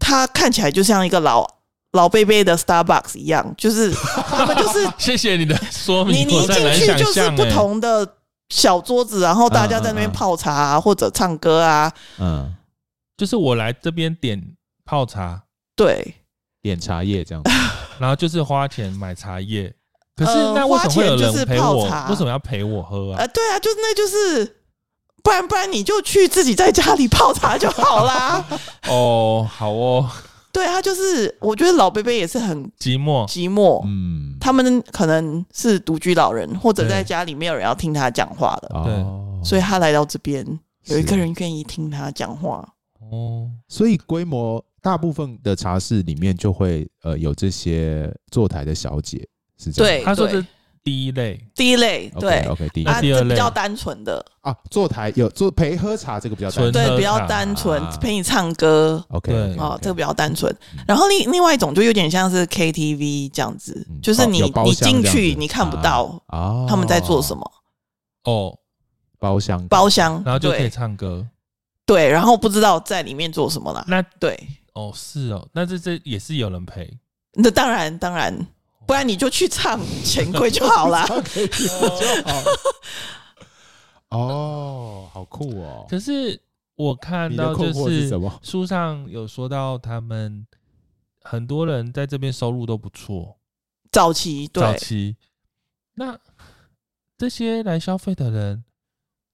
Speaker 6: 她看起来就像一个老老贝贝的 Starbucks 一样，就是他们就是
Speaker 4: 谢谢你的说
Speaker 6: 你
Speaker 4: 明，
Speaker 6: 你
Speaker 4: 我
Speaker 6: 一
Speaker 4: 真的
Speaker 6: 进
Speaker 4: 难想
Speaker 6: 去就是
Speaker 4: 象
Speaker 6: 不
Speaker 4: 欸
Speaker 6: 同的小桌子，然后大家在那
Speaker 5: 嗯嗯
Speaker 6: 边
Speaker 5: 嗯
Speaker 6: 泡茶、啊、或者唱歌啊，
Speaker 5: 嗯
Speaker 4: 就是我来这边点泡茶，
Speaker 6: 对。 [laughs]
Speaker 5: 点茶叶这样子
Speaker 4: 然后就是花钱买茶叶。可是
Speaker 6: 呃
Speaker 4: 那为什么会有
Speaker 6: 花钱就是
Speaker 4: 人陪
Speaker 6: 泡
Speaker 4: 我？
Speaker 6: 茶
Speaker 4: 为什么要陪我喝啊？
Speaker 6: 呃，对啊，就是那就是，不然不然你就去自己在家里泡茶就好啦。
Speaker 4: 哦，好哦，
Speaker 6: 对他就是，我觉得老贝贝也是很
Speaker 4: 寂寞。
Speaker 6: 寂寞，
Speaker 5: 嗯，
Speaker 6: 他们可能是独居老人，或者
Speaker 4: 对
Speaker 6: 在家里没有人要听他讲话了，
Speaker 5: 哦，
Speaker 6: 所以他来到这边有一
Speaker 5: 是
Speaker 6: 个人愿意听他讲话。
Speaker 4: 哦，
Speaker 5: 所以规模大部分的茶室里面就会呃有这些坐台的小姐，是这样吗。
Speaker 6: 对
Speaker 4: 他说这是第一类，
Speaker 6: 第一类，对
Speaker 5: o k 第一
Speaker 4: 那
Speaker 6: 啊，
Speaker 4: 第二
Speaker 6: 这
Speaker 4: 类
Speaker 6: 比较单纯的，
Speaker 5: 啊，坐台有坐陪喝茶这个比较
Speaker 4: 纯
Speaker 5: 单
Speaker 4: 喝
Speaker 5: 纯
Speaker 4: 茶嗯
Speaker 6: 对，比较单纯
Speaker 5: 啊，
Speaker 6: 陪你唱歌。
Speaker 5: OK，
Speaker 4: 对嗯
Speaker 6: 哦，这个比较单纯。然后另另外一种就有点像是 KTV 这样子，
Speaker 5: 嗯
Speaker 6: 就是
Speaker 5: 包
Speaker 6: 你
Speaker 4: 哦
Speaker 5: 有包
Speaker 6: 你
Speaker 5: 厢
Speaker 6: 进
Speaker 5: 这样
Speaker 6: 去
Speaker 5: 子
Speaker 6: 你看不到
Speaker 5: 啊
Speaker 6: 他们在做什
Speaker 5: 么
Speaker 6: 么，
Speaker 4: 哦，
Speaker 5: 包厢
Speaker 6: 包厢，
Speaker 5: 嗯
Speaker 4: 然后就可以
Speaker 6: 对
Speaker 4: 唱歌。
Speaker 6: 对，然后不知道在里面做什么啦。
Speaker 4: 那
Speaker 6: 对，
Speaker 4: 哦是哦，那这这也是有人陪。
Speaker 6: 那当然当然，不然你就去唱钱柜就好啦。
Speaker 5: 可以就好。 [laughs] 哦，好酷哦！
Speaker 4: 可是我看
Speaker 5: 你
Speaker 4: 到
Speaker 5: 的困
Speaker 4: 就
Speaker 5: 惑是什么？
Speaker 4: 书上有说到，他们很多人在这边收入都不错，
Speaker 6: 早期对
Speaker 4: 早期。那这些来消费的人，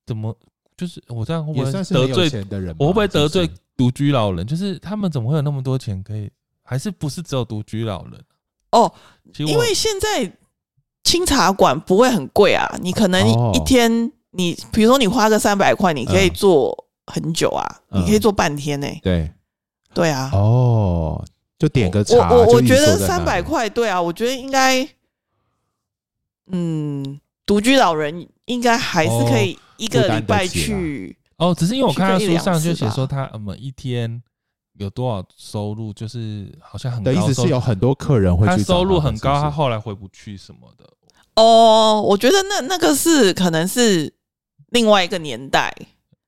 Speaker 4: 怎么就是我这样会不
Speaker 5: 也
Speaker 4: 会
Speaker 5: 算是很
Speaker 4: 得
Speaker 5: 有
Speaker 4: 罪？
Speaker 5: 钱的人吧，
Speaker 4: 我会不会得
Speaker 5: 是
Speaker 4: 罪
Speaker 5: 是？
Speaker 4: 独居老人？就是他们怎么会有那么多钱可以？还是不是只有独居老人？
Speaker 6: 哦，
Speaker 4: 其实
Speaker 6: 因
Speaker 4: 我
Speaker 6: 为现在清茶馆不会很贵啊，你可能
Speaker 5: 哦
Speaker 6: 一天你比如说你花个三百块，你可以
Speaker 5: 嗯
Speaker 6: 做很久啊，
Speaker 5: 嗯
Speaker 6: 你可以做半天呢、
Speaker 5: 对，
Speaker 6: 对啊，
Speaker 5: 哦，就点个
Speaker 6: 我
Speaker 5: 茶，
Speaker 6: 我
Speaker 5: 就
Speaker 6: 我
Speaker 5: 一
Speaker 6: 觉
Speaker 5: 直
Speaker 6: 得
Speaker 5: 坐在那
Speaker 6: 三百
Speaker 5: 里，
Speaker 6: 块，对啊，我觉得应该，嗯，独居老人应该还是可以一
Speaker 5: 哦负
Speaker 6: 个
Speaker 5: 担
Speaker 6: 礼
Speaker 5: 得
Speaker 6: 拜
Speaker 5: 起啦
Speaker 6: 去。
Speaker 4: 哦，只是因为我看到
Speaker 6: 去个一
Speaker 4: 书
Speaker 6: 两
Speaker 4: 上就
Speaker 6: 次
Speaker 4: 写
Speaker 6: 吧
Speaker 4: 说他们一天有多少收入，就是好像很
Speaker 5: 的意
Speaker 4: 高
Speaker 5: 思
Speaker 4: 收
Speaker 5: 是有很多客人会
Speaker 4: 他
Speaker 5: 去找
Speaker 4: 收入
Speaker 5: 们
Speaker 4: 很高，
Speaker 5: 是
Speaker 4: 他
Speaker 5: 不是
Speaker 4: 后来回不去什么的。
Speaker 6: 哦，我觉得那那个是可能是另外一个年代，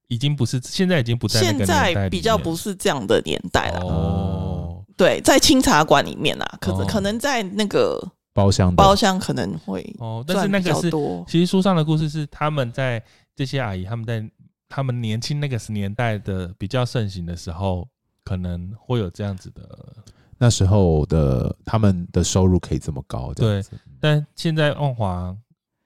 Speaker 4: 已经不是现在已经不在那个
Speaker 6: 现
Speaker 4: 年代里面
Speaker 6: 在比较不是这样的年代了。
Speaker 4: 哦，
Speaker 6: 对，在清茶馆里面啊，可是、
Speaker 4: 哦
Speaker 6: 可能在那个
Speaker 5: 包厢的
Speaker 6: 包厢可能会
Speaker 4: 哦，但是
Speaker 6: 赚
Speaker 4: 那
Speaker 6: 比
Speaker 4: 个
Speaker 6: 较
Speaker 4: 是
Speaker 6: 多。
Speaker 4: 其实书上的故事是他们在这些阿姨他们在他们年轻那个年代的比较盛行的时候，可能会有这样子的，
Speaker 5: 那时候的他们的收入可以这么高，这样
Speaker 4: 对
Speaker 5: 子
Speaker 4: 但现在万华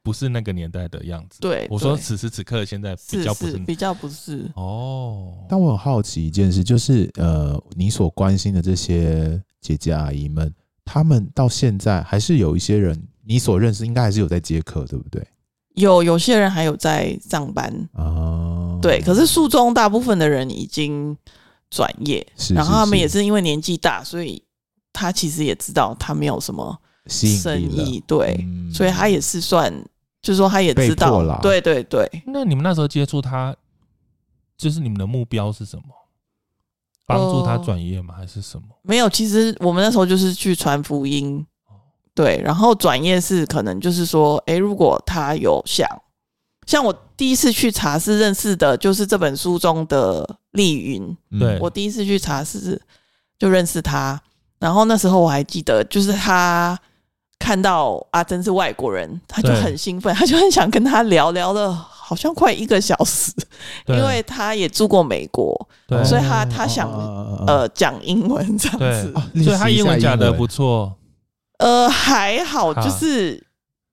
Speaker 4: 不是那个年代的样子。
Speaker 6: 对，
Speaker 4: 我说
Speaker 6: 对
Speaker 4: 此时此刻现在比
Speaker 6: 是
Speaker 4: 较不
Speaker 6: 是比较不是，
Speaker 4: 哦，
Speaker 5: 但我很好奇一件事，就是呃，你所关心的这些姐姐阿姨们，她们到现在还是有一些人，你所认识应该还是有在接客，对不对？
Speaker 6: 有有些人还有在上班，
Speaker 5: 啊、
Speaker 4: 哦
Speaker 6: 对，可是树中大部分的人已经转业，
Speaker 5: 啊是
Speaker 6: 然后
Speaker 5: 是
Speaker 6: 他们
Speaker 5: 是
Speaker 6: 也是因为年纪大，所以他其实也知道他没有什么
Speaker 5: 吸
Speaker 6: 生
Speaker 5: 引力了
Speaker 6: 意，对，
Speaker 5: 嗯
Speaker 6: 所以他也是算，就是说他也知
Speaker 5: 被迫
Speaker 6: 道
Speaker 5: 啦，
Speaker 6: 对对对，
Speaker 4: 那你们那时候接触他，就是你们的目标是什么？帮助
Speaker 6: 哦
Speaker 4: 他转业吗？还是什么？
Speaker 6: 没有。其实我们那时候就是去传福音，对，然后转业是可能就是说，诶，如果他有想，像我第一次去茶室认识的，就是这本书中的丽云，
Speaker 5: 嗯
Speaker 4: 对
Speaker 6: 我第一次去茶室就认识他，然后那时候我还记得，就是他看到阿珍是外国人，他就
Speaker 4: 对
Speaker 6: 很兴奋，他就很想跟他聊聊了，好像快一个小时，
Speaker 4: 对
Speaker 6: 因为他也住过美国，
Speaker 4: 对，
Speaker 5: 哦
Speaker 6: 所以他他想
Speaker 4: 嗯
Speaker 5: 呃
Speaker 6: 呃，讲英文这样
Speaker 4: 对
Speaker 6: [laughs] 子，，
Speaker 5: 啊
Speaker 4: 所以他英文讲的不，
Speaker 5: 练习一下
Speaker 4: 错。
Speaker 6: 呃，还好，
Speaker 4: 好
Speaker 6: 就是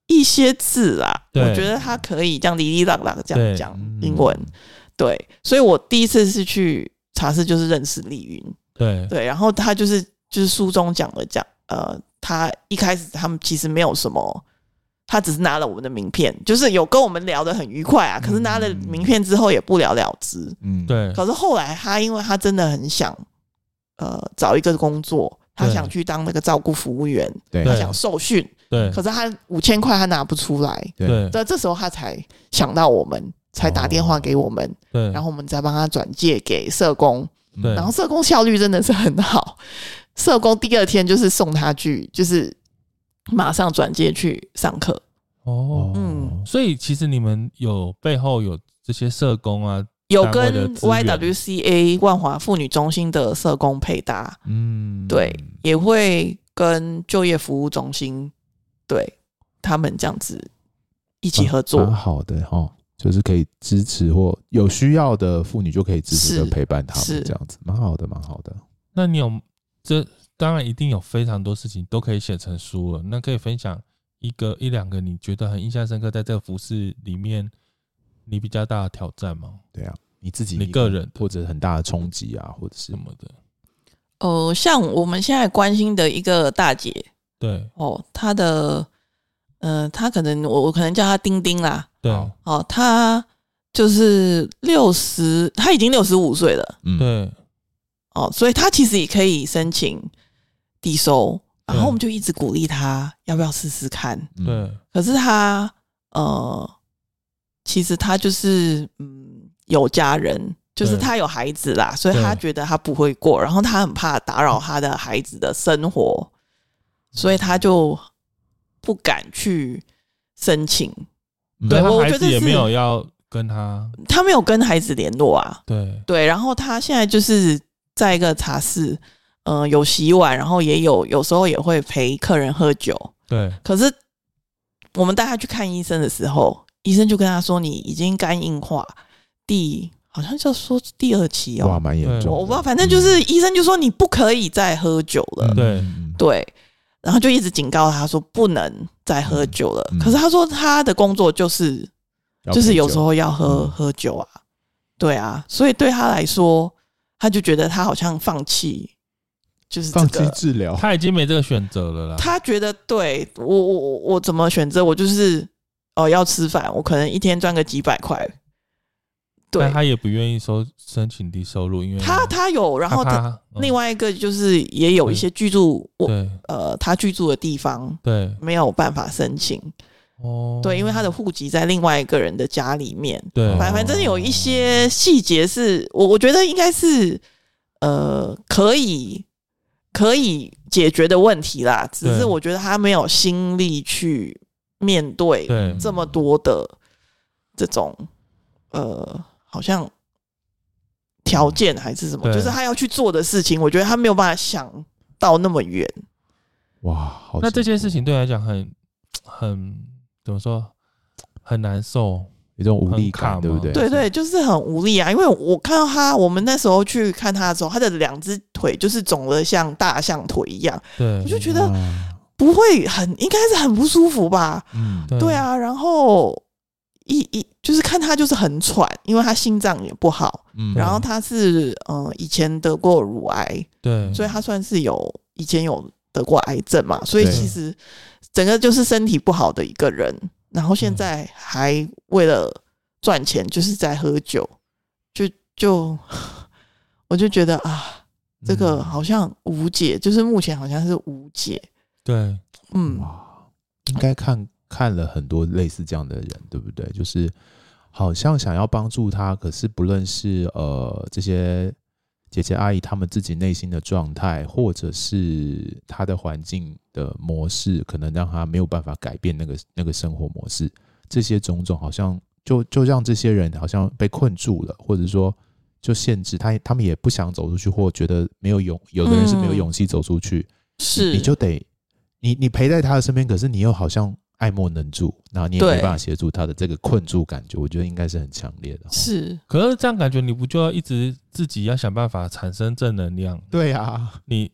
Speaker 6: 一些字啦，
Speaker 4: 对
Speaker 6: 我觉得他可以这样哩哩啦啦这
Speaker 4: 对
Speaker 6: 样讲
Speaker 5: 嗯
Speaker 6: 英文，对，所以我第一次是去茶室就是认识丽云，
Speaker 4: 对，
Speaker 6: 对，然后他就是就是书中讲了讲，呃，他一开始他们其实没有什么，他只是拿了我们的名片，就是有跟我们聊得很愉快啊，可是拿了名片之后也不了了之。
Speaker 5: 嗯，
Speaker 4: 嗯对，
Speaker 6: 可是后来他因为他真的很想，呃，找一个工作，他
Speaker 4: 对
Speaker 6: 想去当那个照顾服务员，
Speaker 5: 对
Speaker 6: 他
Speaker 4: 对
Speaker 6: 想受训，
Speaker 4: 对，
Speaker 6: 可是他五千块他拿不出来，
Speaker 4: 对，
Speaker 6: 这这时候他才想到我们。才打电话给我们，
Speaker 4: 对，
Speaker 6: 然后我们再帮他转借给社工，
Speaker 4: 对
Speaker 6: 然后社工效率真的是很好，社工第二天就是送他去，就是马上转接去上课。
Speaker 4: 哦，
Speaker 6: 嗯
Speaker 4: 所以其实你们有背后有这些社工啊，
Speaker 6: 有
Speaker 4: 单位的
Speaker 6: 跟
Speaker 4: 资源
Speaker 6: YWCA 万华妇女中心的社工配搭，
Speaker 5: 嗯
Speaker 6: 对，也会跟就业服务中心对他们这样子一起合作。
Speaker 5: 啊蛮
Speaker 4: 啊
Speaker 5: 好的哈，就是可以支持或有需要的妇女就可以支持
Speaker 6: 是
Speaker 5: 跟陪伴他
Speaker 6: 是
Speaker 5: 们，这样子蛮好的，蛮好的。
Speaker 4: 那你有这当然一定有非常多事情都可以写成书了。那可以分享一个一两个你觉得很印象深刻，在这个服饰里面你比较大的挑战吗？
Speaker 5: 对啊，你自己
Speaker 4: 你个人的
Speaker 5: 或者很大的冲击啊，或者是
Speaker 4: 什么的？
Speaker 6: 呃，像我们现在关心的一个大姐
Speaker 4: 对
Speaker 6: 哦，她的呃，她可能我我可能叫她丁丁啦，
Speaker 4: 对
Speaker 5: 好
Speaker 6: 哦，她就是六十，她已经六十五岁了
Speaker 5: 嗯，
Speaker 4: 对，
Speaker 6: 哦，所以她其实也可以申请低收，然
Speaker 4: 对
Speaker 6: 后我们就一直鼓励她要不要试试看，
Speaker 5: 嗯
Speaker 4: 对，
Speaker 6: 可是她呃，其实她就是嗯有家人。就是
Speaker 4: 对
Speaker 6: 她有孩子啦，所以她
Speaker 4: 对
Speaker 6: 觉得她不会过，然后她很怕打扰她的孩子的生活，所以她就不敢去申请。
Speaker 5: 嗯
Speaker 6: 对
Speaker 4: 那他
Speaker 6: 我
Speaker 4: 孩
Speaker 6: 觉
Speaker 4: 子
Speaker 6: 得
Speaker 4: 也
Speaker 6: 是
Speaker 4: 没有要跟他
Speaker 6: 她没有跟孩子联络啊，
Speaker 4: 对
Speaker 6: 对，然后她现在就是在一个茶室，呃，有洗碗，然后也有有时候也会陪客人喝酒。
Speaker 4: 对
Speaker 5: 哦
Speaker 6: 可是我们带她去看医生的时候，医生就跟她说：“你已经肝硬化，第好像就说第二期
Speaker 5: 哇，
Speaker 6: 哦，
Speaker 5: 蛮严重的。
Speaker 6: 我我不知道，反正就是医生就说你不可以再喝酒了。
Speaker 5: 嗯
Speaker 4: 对，
Speaker 5: 嗯
Speaker 6: 对，然后就一直警告他说不能再喝酒了。
Speaker 5: 嗯嗯
Speaker 6: 可是他说他的工作就是
Speaker 5: 要
Speaker 6: 就是
Speaker 5: 陪
Speaker 6: 有
Speaker 5: 酒
Speaker 6: 时候要喝、
Speaker 5: 嗯
Speaker 6: 喝酒啊，对啊，所以对他来说，他就觉得他好像放弃，就是这
Speaker 5: 放弃
Speaker 6: 个，
Speaker 5: 治疗，
Speaker 4: 他已经没这个选择了啦。
Speaker 6: 他觉得对我我我我怎么选择？我就是哦要吃饭，我可能一天赚个几百块，对
Speaker 4: 但他也不愿意收申请低收入，因为
Speaker 6: 他他有，然后
Speaker 4: 他
Speaker 6: 他
Speaker 4: 怕嗯
Speaker 6: 另外一个就是也有一些居住我
Speaker 4: 对
Speaker 6: 呃他居住的地方
Speaker 4: 对
Speaker 6: 没有办法申请，
Speaker 4: 哦，
Speaker 6: 对，因为他的户籍在另外一个人的家里面，
Speaker 5: 哦
Speaker 4: 对
Speaker 6: 反反正有一些细节是我我觉得应该是呃可以可以解决的问题啦，只
Speaker 4: 对
Speaker 6: 是我觉得他没有心力去面对
Speaker 4: 对
Speaker 6: 这么多的这种呃好像条件还是什么，
Speaker 4: 对
Speaker 6: 就是他要去做的事情，我觉得他没有办法想到那么远。
Speaker 5: 哇，好
Speaker 4: 那这
Speaker 5: 辛
Speaker 4: 件
Speaker 5: 苦
Speaker 4: 事情对来讲很很怎么说很难受，
Speaker 5: 有这种无
Speaker 4: 很
Speaker 5: 力
Speaker 4: 卡
Speaker 5: 感，对不
Speaker 4: 嘛
Speaker 5: 对？
Speaker 6: 对对，就是很无力啊！因为我看到他，我们那时候去看他的时候，他的两只腿就是肿的像大象腿一样，
Speaker 4: 对，
Speaker 6: 我就觉
Speaker 5: 啊
Speaker 6: 得不会很，应该是很不舒服吧？
Speaker 5: 嗯，
Speaker 4: 对
Speaker 6: 对，啊，然后一一就是看他就是很喘，因为他心脏也不好，
Speaker 5: 嗯
Speaker 6: 然后他是嗯、呃以前得过乳癌，
Speaker 4: 对，
Speaker 6: 所以他算是有以前有得过癌症嘛，所以
Speaker 5: 嗯对
Speaker 6: 其实整个就是身体不好的一个人，然后现
Speaker 4: 嗯
Speaker 6: 在还为了赚钱就是在喝酒，就就我就觉得啊，这个
Speaker 5: 嗯
Speaker 6: 好像无解，就是目前好像是无解，
Speaker 4: 对
Speaker 6: 嗯，
Speaker 5: 哇，应该看看了很多类似这样的人，对不对？就是好像想要帮助他，可是不论是呃这些姐姐阿姨她们自己内心的状态，或者是她的环境的模式，可能让她没有办法改变那个那个生活模式，这些种种好像就就让这些人好像被困住了，或者说。就限制他，他们也不想走出去，或觉得没有勇，有的人是没有
Speaker 6: 嗯
Speaker 5: 勇气走出去，
Speaker 6: 是
Speaker 5: 你就得你你陪在他的身边，可是你又好像爱莫能助，然后你也
Speaker 6: 对
Speaker 5: 没办法协助他的这个困住感觉，我觉得应该是很强烈的。
Speaker 6: 是
Speaker 4: 可是这样感觉，你不就要一直自己要想办法产生正能量？
Speaker 5: 对啊，
Speaker 4: 你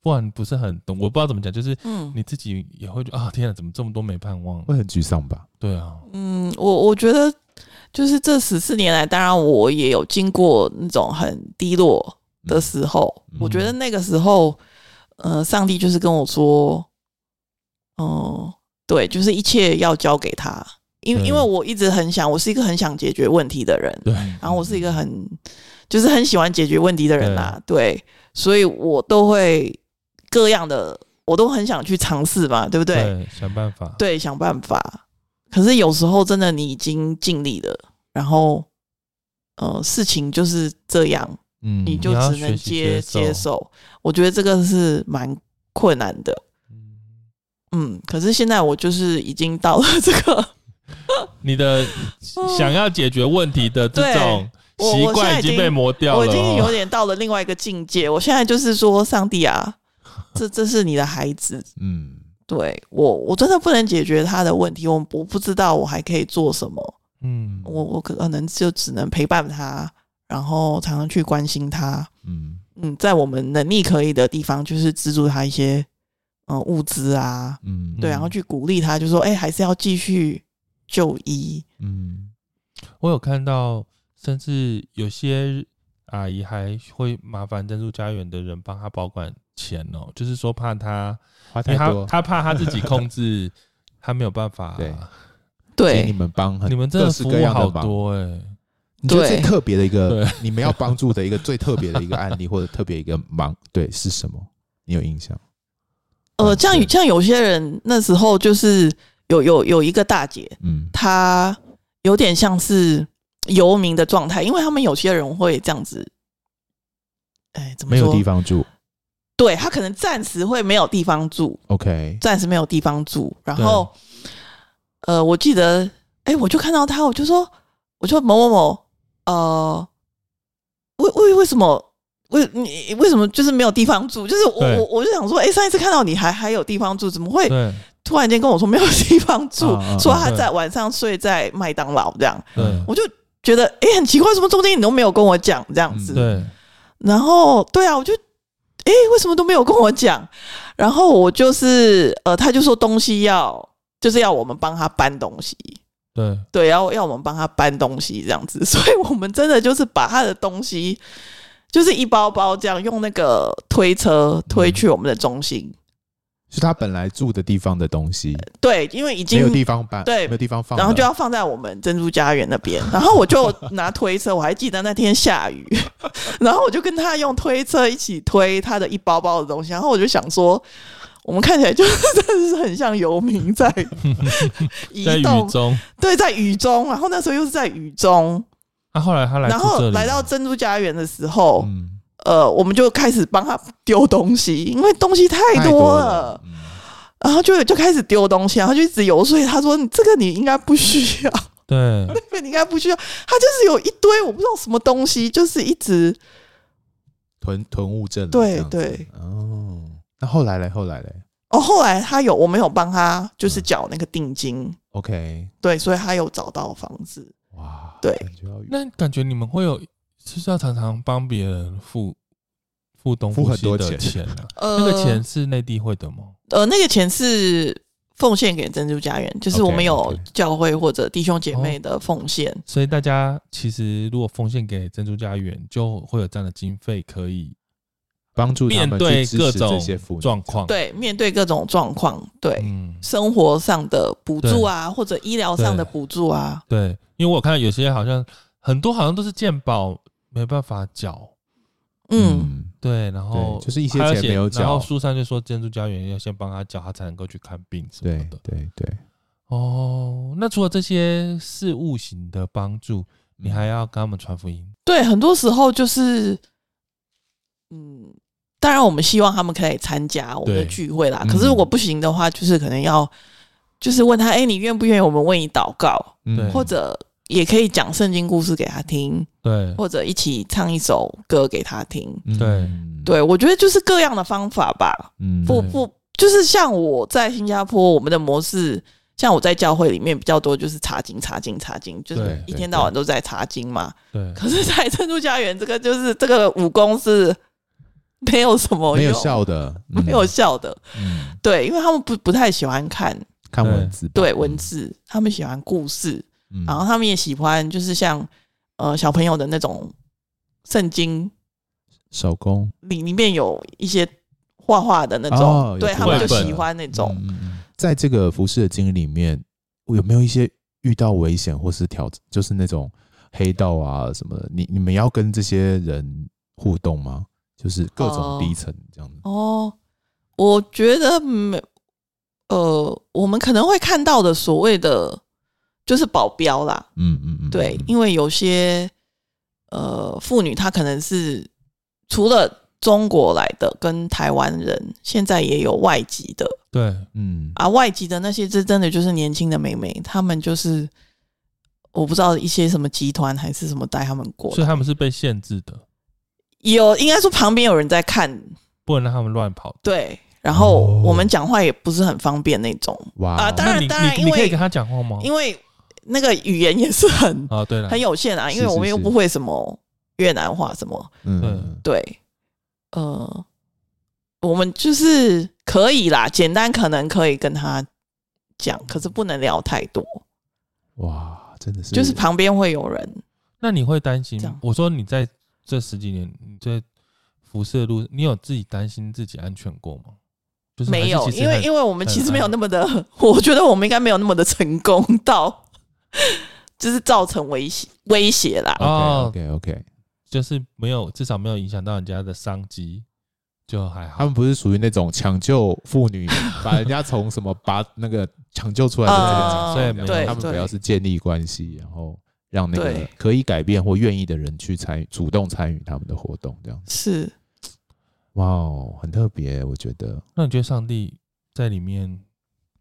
Speaker 4: 不然不是很懂，我不知道怎么讲，就是
Speaker 6: 嗯
Speaker 4: 你自己也会觉得啊，天啊，怎么这么多没盼望？
Speaker 5: 会很沮丧吧？
Speaker 4: 对啊，
Speaker 6: 嗯，我我觉得就是这十四年来，当然我也有经过那种很低落的时候，
Speaker 5: 嗯
Speaker 6: 我觉得那个时候，呃，上帝就是跟我说，嗯、对，就是一切要交给他，因为
Speaker 4: 对
Speaker 6: 因为我一直很想，我是一个很想解决问题的人，
Speaker 4: 对
Speaker 6: 然后我是一个很就是很喜欢解决问题的人啦、对，所以我都会各样的，我都很想去尝试嘛，对不对？
Speaker 4: 对，想办法，
Speaker 6: 对，想办法。可是有时候真的你已经尽力了，然后呃，事情就是这样，
Speaker 5: 嗯，
Speaker 6: 你就
Speaker 4: 你要
Speaker 6: 只能
Speaker 4: 学习
Speaker 6: 接
Speaker 4: 接受
Speaker 6: 受。我觉得这个是蛮困难的。
Speaker 4: 嗯
Speaker 6: 嗯，可是现在我就是已经到了这
Speaker 4: [laughs]
Speaker 6: 个，
Speaker 4: 你的想要解决问题的这种
Speaker 6: 嗯对我
Speaker 4: 习
Speaker 6: 我现
Speaker 4: 惯
Speaker 6: 在
Speaker 4: 已
Speaker 6: 已
Speaker 4: 经
Speaker 6: 经
Speaker 4: 被磨掉
Speaker 6: 我
Speaker 4: 了
Speaker 6: 已经有
Speaker 4: 哦。
Speaker 6: 点到了另外一个境界。我现在就是说，上帝啊，这这是你的孩子，
Speaker 5: 嗯
Speaker 6: 对我我真的不能解决他的问题，我我不知道我还可以做什么。
Speaker 4: 嗯，
Speaker 6: 呃我我可能就只能陪伴他，然后常常去关心他。
Speaker 5: 嗯，
Speaker 6: 嗯，在我们能力可以的地方，就是资助他一些嗯、呃物资啊，
Speaker 5: 嗯，
Speaker 6: 对，然后去鼓励他，就说哎、还是要继续就医。
Speaker 5: 嗯，
Speaker 4: 我有看到，甚至有些阿姨还会麻烦珍珠家园的人帮她保管钱哦，就是说怕她，
Speaker 5: 花
Speaker 4: 因
Speaker 5: 太
Speaker 4: 为她
Speaker 5: 多，
Speaker 4: 她怕她自己控 [laughs] 制，她没有办法。
Speaker 5: 对请你
Speaker 6: 对，
Speaker 5: 们帮很
Speaker 4: 你们真
Speaker 5: 啊各
Speaker 4: 的
Speaker 5: 式
Speaker 4: 服
Speaker 5: 各
Speaker 4: 务
Speaker 5: 样
Speaker 4: 好
Speaker 5: 的忙，
Speaker 4: 多哎、
Speaker 5: 你觉得最
Speaker 6: 对
Speaker 5: 特别的一个
Speaker 4: 对，
Speaker 5: 你们要帮助的一个最特别的一个案例，或 [laughs] 者特别一个忙，对，是什么？你有印象？嗯
Speaker 6: 呃，像像有些人那时候就是有有有一个大姐，
Speaker 5: 嗯
Speaker 6: 她有点像是游民的状态，因为他们有些人会这样子，哎，怎么
Speaker 5: 没
Speaker 6: 说？
Speaker 5: 有地方住
Speaker 6: 对他可能暂时会没有地方住，
Speaker 5: ，OK，
Speaker 6: 暂时没有地方住。然
Speaker 4: 对
Speaker 6: 后，呃，我记得，哎，我就看到他，我就说，我说某某某，呃，为为为什么？为你为什么就是没有地方住？就是我
Speaker 4: 对
Speaker 6: 我我就想说，哎、上一次看到你还还有地方住，怎么会
Speaker 4: 对
Speaker 6: 突然间跟我说没有地方住？
Speaker 5: 啊啊啊
Speaker 6: 说他
Speaker 4: 对
Speaker 6: 在晚上睡在麦当劳这样，
Speaker 4: 对
Speaker 6: 我就觉得哎、很奇怪，什么中间你都没有跟我讲这样
Speaker 5: 嗯
Speaker 6: 子？
Speaker 4: 对，
Speaker 6: 然后对啊，我就诶，为什么都没有跟我讲？ [laughs] 然后我就是呃，他就说东西要就是要我们帮他搬东西，
Speaker 4: 对，
Speaker 6: 对，啊要要我们帮他搬东西这样子，所以我们真的就是把他的东西就是一包包这样用那个推车推去我们的中心，
Speaker 5: 是他本来住的地方的东西，
Speaker 6: 对，因为已
Speaker 5: 没
Speaker 6: 经
Speaker 5: 有地方搬，
Speaker 6: 对
Speaker 5: 没有地方放了，
Speaker 6: 然后就要放在我们珍珠家园那边。然后
Speaker 4: [laughs]
Speaker 6: 我就拿推车，我还记得那天下雨， [laughs] 然后我就跟他用推车一起推他的一包包的东西。然后我就想说，我们看起来就是 [laughs] 真的是很像游
Speaker 4: [laughs]
Speaker 6: 民在移
Speaker 4: 在
Speaker 6: 动
Speaker 4: 雨，中。
Speaker 6: 对，在雨中。然后那时候又是在雨中，
Speaker 4: 啊，后来他来
Speaker 6: 然
Speaker 4: 住这
Speaker 6: 后
Speaker 4: 里
Speaker 6: 来
Speaker 4: 了
Speaker 6: 到珍珠家园的时候，
Speaker 5: 嗯
Speaker 6: 呃，我们就开始帮他丢东西，因为东西太
Speaker 5: 太
Speaker 6: 多
Speaker 5: 多
Speaker 6: 了。，
Speaker 5: 嗯
Speaker 6: 然后就就开始丢东西，然后就一直游说他说：“你这个你应该不需要。”
Speaker 4: 对
Speaker 6: 对你应该不需要。他就是有一堆我不知道什么东西，就是一直
Speaker 5: 囤囤物症了，
Speaker 6: 对
Speaker 5: 这样子
Speaker 6: 对，
Speaker 5: 哦，那后来嘞，后来嘞
Speaker 6: 哦。后来他有我没有帮他，就是缴那个定金，
Speaker 4: 嗯
Speaker 5: ，OK，
Speaker 6: 对，所以他有找到房子。
Speaker 5: 哇，
Speaker 6: 对
Speaker 5: 感觉要
Speaker 4: 那感觉你们会有，就是要常常帮别人付付东
Speaker 5: 付很
Speaker 4: 西
Speaker 5: 多
Speaker 4: 的
Speaker 5: 钱
Speaker 4: 钱啊。
Speaker 6: 呃
Speaker 4: [laughs] 那个钱是内地会的吗？
Speaker 6: 呃，那个钱是奉献给珍珠家园，就是我们有
Speaker 5: OK，OK
Speaker 6: 教会或者弟兄姐妹的奉献。
Speaker 4: 所以大家其实如果奉献给珍珠家园，就会有这样的经费可以
Speaker 5: 帮助他
Speaker 4: 面
Speaker 5: 们去
Speaker 4: 对
Speaker 5: 支
Speaker 4: 各
Speaker 5: 持这
Speaker 4: 种
Speaker 5: 些妇女
Speaker 4: 状况。，
Speaker 6: 对，面对各种状况，对、
Speaker 4: 嗯，
Speaker 6: 生活上的补助啊，或者医疗上的
Speaker 4: 对
Speaker 6: 补助啊，
Speaker 4: 对，因为我看到有些好像很多好像都是健保没办法缴，
Speaker 6: 嗯，
Speaker 4: 对，然后
Speaker 5: 对就是一些
Speaker 4: 还要
Speaker 5: 钱
Speaker 4: 写
Speaker 5: 没有
Speaker 4: 然后
Speaker 5: 缴
Speaker 4: 书上就说珍珠家园要先帮他缴，他才能够去看病什么
Speaker 5: 对
Speaker 4: 的。
Speaker 5: 对对，
Speaker 4: 哦，那除了这些事务型的帮助，
Speaker 5: 嗯
Speaker 4: 你还要跟他们传福音。
Speaker 6: 对，很多时候就是，嗯，当然我们希望他们可以参加我们的
Speaker 4: 对
Speaker 6: 聚会啦。
Speaker 5: 嗯
Speaker 6: 可是如果不行的话，就是可能要就是问他，哎、你愿不愿意我们为你祷告，
Speaker 5: 嗯
Speaker 4: 对
Speaker 6: 或者也可以讲圣经故事给他听，
Speaker 4: 对，
Speaker 6: 或者一起唱一首歌给他听。
Speaker 4: 对
Speaker 5: 嗯，
Speaker 6: 对，我觉得就是各样的方法吧。
Speaker 5: 嗯
Speaker 6: 不
Speaker 4: 对
Speaker 6: 不，就是像我在新加坡，我们的模式。像我在教会里面比较多，就是查经、查经、查经，就是
Speaker 5: 对
Speaker 6: 一
Speaker 5: 对
Speaker 6: 天到晚都在查经嘛。
Speaker 4: 对，
Speaker 6: 可是，在珍珠家园，这个就是这个武功是没有什么用
Speaker 5: 没有效的，嗯
Speaker 6: 没有效的。
Speaker 5: 嗯
Speaker 6: 对，因为他们不不太喜欢看
Speaker 5: 看文字吧，
Speaker 6: 对
Speaker 5: 嗯
Speaker 6: 文，字，他们喜欢故事，
Speaker 5: 嗯
Speaker 6: 然后他们也喜欢就是像呃小朋友的那种圣经
Speaker 5: 手工
Speaker 6: 里里面有一些画画的那种，
Speaker 5: 哦有
Speaker 6: 对
Speaker 5: 图
Speaker 6: 他们就
Speaker 4: 绘本
Speaker 6: 喜欢那种。
Speaker 5: 嗯嗯嗯在这个服饰的经历里面，有没有一些遇到危险或是挑，就是那种黑道啊什么的？你你们要跟这些人互动吗？就是各种
Speaker 6: 哦
Speaker 5: 低层这样子。
Speaker 6: 哦，我觉得没，呃，我们可能会看到的所谓的就是保镖啦，
Speaker 5: 嗯嗯嗯，
Speaker 6: 对
Speaker 5: 嗯，
Speaker 6: 因为有些呃妇女她可能是除了中国来的跟台湾人，现在也有外籍的
Speaker 4: 对，
Speaker 5: 嗯
Speaker 6: 啊，外籍的那些这真的就是年轻的妹妹，她们就是我不知道一些什么集团还是什么带她们过
Speaker 4: 所以
Speaker 6: 来，
Speaker 4: 他们是被限制的，
Speaker 6: 有应该说旁边有人在看，
Speaker 4: 不能让他们乱跑。
Speaker 6: 对，然后
Speaker 5: 哦
Speaker 6: 我们讲话也不是很方便那种，
Speaker 5: 哇
Speaker 6: 啊当然
Speaker 4: 那你
Speaker 6: 当然
Speaker 4: 你
Speaker 6: 因
Speaker 4: 你可以
Speaker 6: 为
Speaker 4: 跟他讲话吗？
Speaker 6: 因为那个语言也是很
Speaker 4: 啊，哦对了，
Speaker 6: 很有限啊，因
Speaker 5: 是
Speaker 6: 为
Speaker 5: 是
Speaker 6: 我们又
Speaker 5: 是
Speaker 6: 不会什么越南话什么，
Speaker 5: 嗯
Speaker 4: 对
Speaker 5: 嗯
Speaker 6: 对，呃，我们就是可以啦，简单可能可以跟他讲，可是不能聊太多，
Speaker 5: 哇，真的是
Speaker 6: 就是旁边会有人。
Speaker 4: 那你会担心
Speaker 6: 这样？
Speaker 4: 我说你在这十几年，你在辐射路，你有自己担心自己安全过吗？就是还是
Speaker 6: 没有，
Speaker 4: 其实
Speaker 6: 因为
Speaker 4: 很
Speaker 6: 因为我们其
Speaker 4: 很
Speaker 6: 实没有
Speaker 4: 安
Speaker 6: 那么的， [laughs] 我觉得我们应该没有那么的成功到， [laughs] 就是造成威胁威胁啦。
Speaker 4: 哦
Speaker 5: OK OK，
Speaker 4: 就是没有，至少没有影响到人家的商机，就还好。
Speaker 5: 他们不是属于那种抢救妇
Speaker 6: [laughs]
Speaker 5: 女，把人家从什么把那个抢救出来的那种
Speaker 6: 啊
Speaker 5: 角色这样，
Speaker 4: 对
Speaker 5: 他们
Speaker 6: 对
Speaker 5: 主要是建立关系，然后让那个
Speaker 6: 对
Speaker 5: 可以改变或愿意的人去参与，主动参与他们的活动，这样子。
Speaker 6: 是
Speaker 5: 哇哦，很特别，我觉得。
Speaker 4: 那你觉得上帝在里面，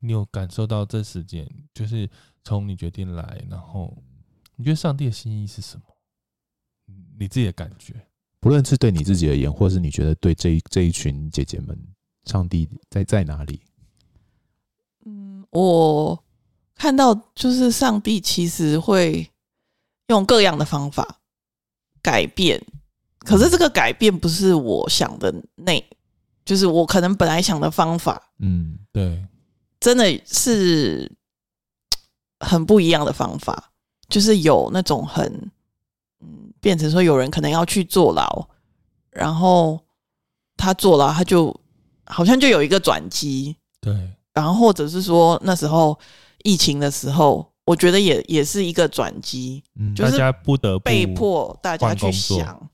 Speaker 4: 你有感受到这时间，就是从你决定来，然后你觉得上帝的心意是什么？你自己的感觉？
Speaker 5: 不论是对你自己而言，或是你觉得对这一这一群姐姐们，上帝在在哪里？
Speaker 6: 嗯我看到就是上帝其实会用各样的方法改变，可是这个改变不是我想的那，就是我可能本来想的方法，
Speaker 5: 嗯，
Speaker 4: 对，
Speaker 6: 真的是很不一样的方法，就是有那种很嗯，变成说有人可能要去坐牢，然后他坐牢，他就好像就有一个转机，
Speaker 4: 对，
Speaker 6: 然后或者是说那时候疫情的时候，我觉得也也是一个转机，
Speaker 5: 嗯
Speaker 6: 就是
Speaker 4: 大家不得不
Speaker 6: 被迫大家
Speaker 4: 换
Speaker 6: 去
Speaker 4: 工作
Speaker 6: 想，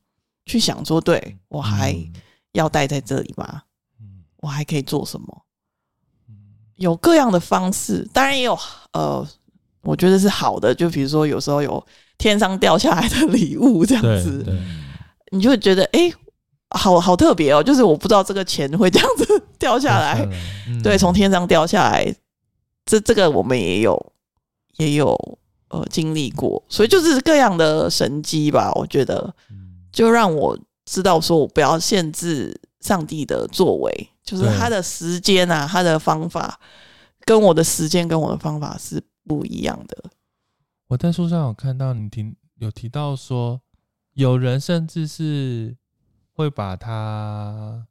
Speaker 6: 去想说，对我还
Speaker 5: 嗯
Speaker 6: 要待在这里吗？
Speaker 4: 嗯
Speaker 6: 我还可以做什么？
Speaker 4: 嗯
Speaker 6: 有各样的方式，当然也有呃，我觉得是好的，就比如说有时候有天上掉下来的礼物这样
Speaker 4: 对
Speaker 6: 子，
Speaker 4: 对，
Speaker 6: 你就会觉得哎、诶好好特别哦，就是我不知道这个钱会这样子掉
Speaker 4: [laughs]
Speaker 6: 下来，
Speaker 5: 嗯
Speaker 6: 对，从天上掉下来，这这个我们也有也有呃经历过，所以就是各样的神机吧，我觉得
Speaker 4: 嗯
Speaker 6: 就让我知道说我不要限制上帝的作为，就是
Speaker 4: 对
Speaker 6: 他的时间啊，他的方法跟我的时间跟我的方法是不一样的。
Speaker 4: 我在书上有看到你提有提到说，有人甚至是会把他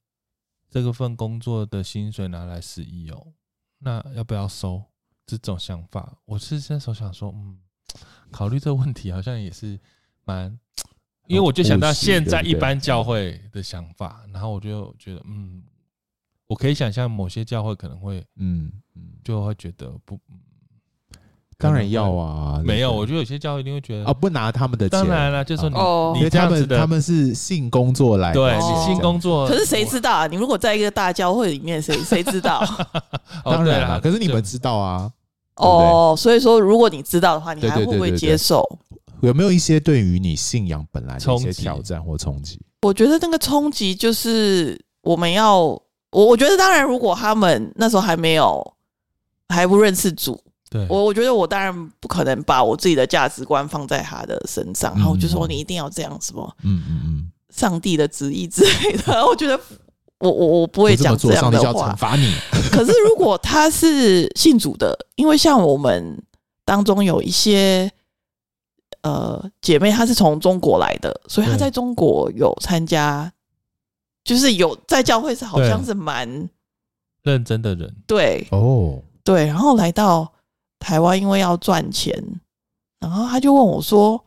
Speaker 4: 这个份工作的薪水拿来十亿哦，那要不要收？这种想法，我是那时候想说，嗯，考虑这个问题好像也是蛮，因为我就想到现在一般教会的想法，然后我就觉得，嗯，我可以想象某些教会可能会
Speaker 5: 嗯嗯，
Speaker 4: 就会觉得不，嗯
Speaker 5: 当然要，啊，
Speaker 4: 可能会没有，
Speaker 5: 那个
Speaker 4: 我觉得有些教会一定会觉得
Speaker 5: 啊，不啊拿他们的钱，
Speaker 4: 当然了，就说你、
Speaker 6: 哦
Speaker 5: 因
Speaker 4: 你
Speaker 5: 为
Speaker 4: 这
Speaker 5: 他
Speaker 4: 样子
Speaker 5: 们
Speaker 4: 的，
Speaker 5: 他们是性工作来的，
Speaker 4: 对
Speaker 6: 哦
Speaker 4: 你新工作，
Speaker 6: 可是谁知道啊？你如果在一个大教会里面，谁谁
Speaker 5: [laughs]
Speaker 6: 知道？
Speaker 4: 哦？
Speaker 5: 当
Speaker 4: 对
Speaker 5: 然
Speaker 4: 啦，
Speaker 5: 可是你们
Speaker 4: 就
Speaker 5: 知道啊，
Speaker 6: 哦，所以说如果你知道的话，你还
Speaker 5: 对
Speaker 6: 会
Speaker 5: 对对
Speaker 6: 不会
Speaker 5: 对对
Speaker 6: 接受？
Speaker 5: 有没有一些对于你信仰本来的一
Speaker 4: 冲
Speaker 5: 些
Speaker 4: 击
Speaker 5: 挑战或冲击？
Speaker 6: 我觉得那个冲击就是我们要，我我觉得当然，如果他们那时候还没有还不认识主，
Speaker 4: 对
Speaker 6: 我我觉得我当然不可能把我自己的价值观放在他的身上，然后我就说
Speaker 5: 嗯
Speaker 6: 你一定要这样什么
Speaker 5: 嗯嗯嗯，
Speaker 6: 上帝的旨意之类的。我觉得我我我不
Speaker 5: 不
Speaker 6: 会
Speaker 5: 这么
Speaker 6: 讲
Speaker 5: 做，
Speaker 6: 样
Speaker 5: 上帝
Speaker 6: 的
Speaker 5: 就要
Speaker 6: 话
Speaker 5: 惩。罚你。
Speaker 6: 可是如果他是信主的，因为像我们当中有一些呃姐妹，她是从中国来的，所以她
Speaker 4: 对
Speaker 6: 在中国有参加，就是有在教会是好
Speaker 4: 对
Speaker 6: 像是蛮
Speaker 4: 认真的人，
Speaker 6: 对
Speaker 5: 哦，
Speaker 6: 对，然后来到台湾，因为要赚钱，然后他就问我说：“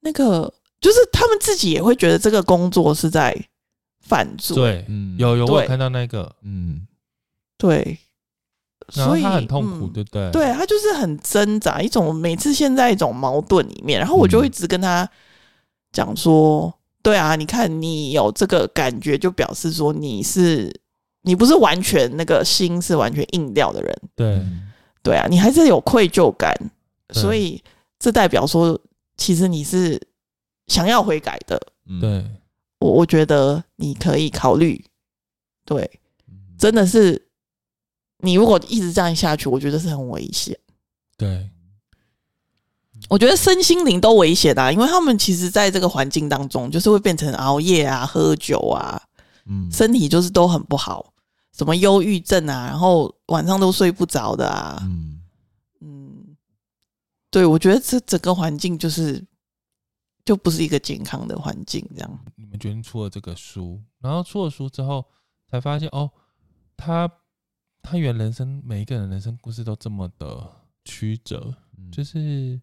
Speaker 6: 那个就是他们自己也会觉得这个工作是在犯罪，
Speaker 4: 对，
Speaker 5: 嗯
Speaker 4: 有有我有
Speaker 6: 对
Speaker 4: 看到那个，
Speaker 5: 嗯，
Speaker 6: 对
Speaker 4: 然后
Speaker 6: 所以
Speaker 4: 他很痛苦，
Speaker 6: 嗯
Speaker 4: 对不对？
Speaker 6: 对他就是很挣扎，一种每次陷在一种矛盾里面，然后我就
Speaker 5: 嗯
Speaker 6: 一直跟他讲说，对啊，你看你有这个感觉，就表示说你是你不是完全那个心是完全硬掉的人，
Speaker 4: 对
Speaker 5: 嗯
Speaker 6: 对啊，你还是有愧疚感，
Speaker 4: 对
Speaker 6: 所以这代表说其实你是想要悔改的，
Speaker 5: 嗯，
Speaker 4: 对，
Speaker 6: 我我觉得你可以考虑，对，
Speaker 5: 嗯
Speaker 6: 真的是你如果一直这样下去，我觉得是很危险。
Speaker 4: 对，
Speaker 6: 我觉得身心灵都危险啊，因为他们其实在这个环境当中，就是会变成熬夜啊、喝酒啊，
Speaker 5: 嗯
Speaker 6: 身体就是都很不好，什么忧郁症啊，然后晚上都睡不着的啊，
Speaker 5: 嗯
Speaker 6: 嗯，对，我觉得这整个环境就是就不是一个健康的环境，这样。
Speaker 4: 你们决定出了这个书，然后出了书之后，才发现哦，他他原人生每一个人人生故事都这么的曲折，
Speaker 5: 嗯
Speaker 4: 就是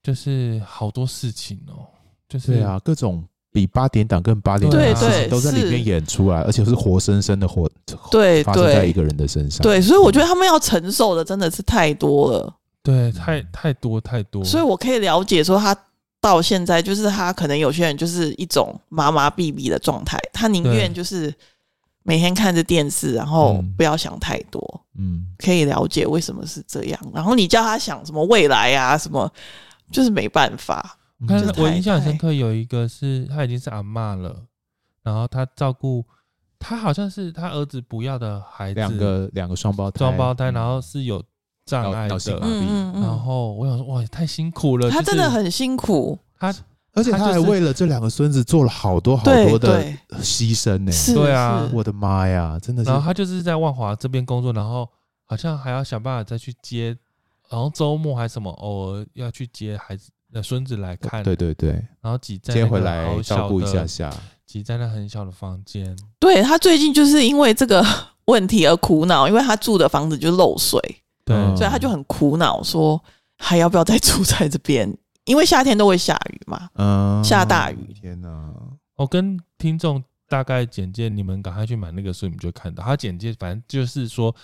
Speaker 4: 就是好多事情哦，就是
Speaker 5: 对啊，各种比八点档更八点档
Speaker 4: 对
Speaker 5: 的事
Speaker 4: 对
Speaker 5: 情都在里面
Speaker 6: 是
Speaker 5: 演出来，而且是活生生的活
Speaker 6: 对
Speaker 5: 发生在一
Speaker 6: 对
Speaker 5: 个嗯人的身上。
Speaker 6: 对，所以我觉得他们要承受的真的是太多了。
Speaker 5: 嗯
Speaker 4: 对，太太多太多，
Speaker 6: 所以我可以了解说他到现在就是他可能有些人就是一种麻麻痹痹的状态，他宁愿
Speaker 4: 对
Speaker 6: 就是每天看着电视，然后
Speaker 5: 嗯
Speaker 6: 不要想太多，
Speaker 5: 嗯，
Speaker 6: 可以了解为什么是这样。然后你叫他想什么未来啊，什么就是没办法。
Speaker 5: 嗯，
Speaker 4: 但
Speaker 6: 就是是
Speaker 4: 我
Speaker 6: 太
Speaker 4: 印象很深
Speaker 6: 太
Speaker 4: 刻，有一个是他已经是阿嬷了，然后他照顾他好像是他儿子不要的孩子，
Speaker 5: 两个两个双胞胎，嗯
Speaker 4: 双胞胎，然后是有障
Speaker 5: 脑
Speaker 4: 碍
Speaker 5: 脑性麻
Speaker 4: 的
Speaker 5: 痹。
Speaker 6: 嗯嗯
Speaker 4: 然
Speaker 6: 嗯，
Speaker 4: 后我想说，哇，也太辛苦了，
Speaker 6: 他
Speaker 4: 就是
Speaker 6: 真的很辛苦，
Speaker 4: 他，
Speaker 5: 而且他
Speaker 4: 他
Speaker 5: 还
Speaker 4: 就是
Speaker 5: 为了这两个孙子做了好多好
Speaker 6: 对
Speaker 5: 多的
Speaker 6: 对
Speaker 5: 牺牲呢。
Speaker 6: 是，
Speaker 4: 对啊
Speaker 6: 是
Speaker 5: 我的妈呀，真的是
Speaker 4: 然后他就是在万华这边工作，然后好像还要想办法再去接，然后周末还是什么，偶尔要去接孩子呃孙子来看，
Speaker 5: 对，对对，
Speaker 4: 然后挤在
Speaker 5: 接
Speaker 4: 那
Speaker 5: 回
Speaker 4: 个
Speaker 5: 来
Speaker 4: 好小
Speaker 5: 照顾一
Speaker 4: 的
Speaker 5: 下，下，
Speaker 4: 挤在那很小的房间，
Speaker 6: 对他最近就是因为这个 [laughs] 问题而苦恼，因为他住的房子就漏水，
Speaker 4: 对，
Speaker 5: 嗯
Speaker 6: 所以他就很苦恼，说还要不要再住在这边？因为夏天都会下雨嘛。
Speaker 5: 嗯，
Speaker 6: 下大雨
Speaker 5: 天哪，
Speaker 4: 我哦跟听众大概简介，你们赶快去买那个书，你们就会看到。他简介反正就是说，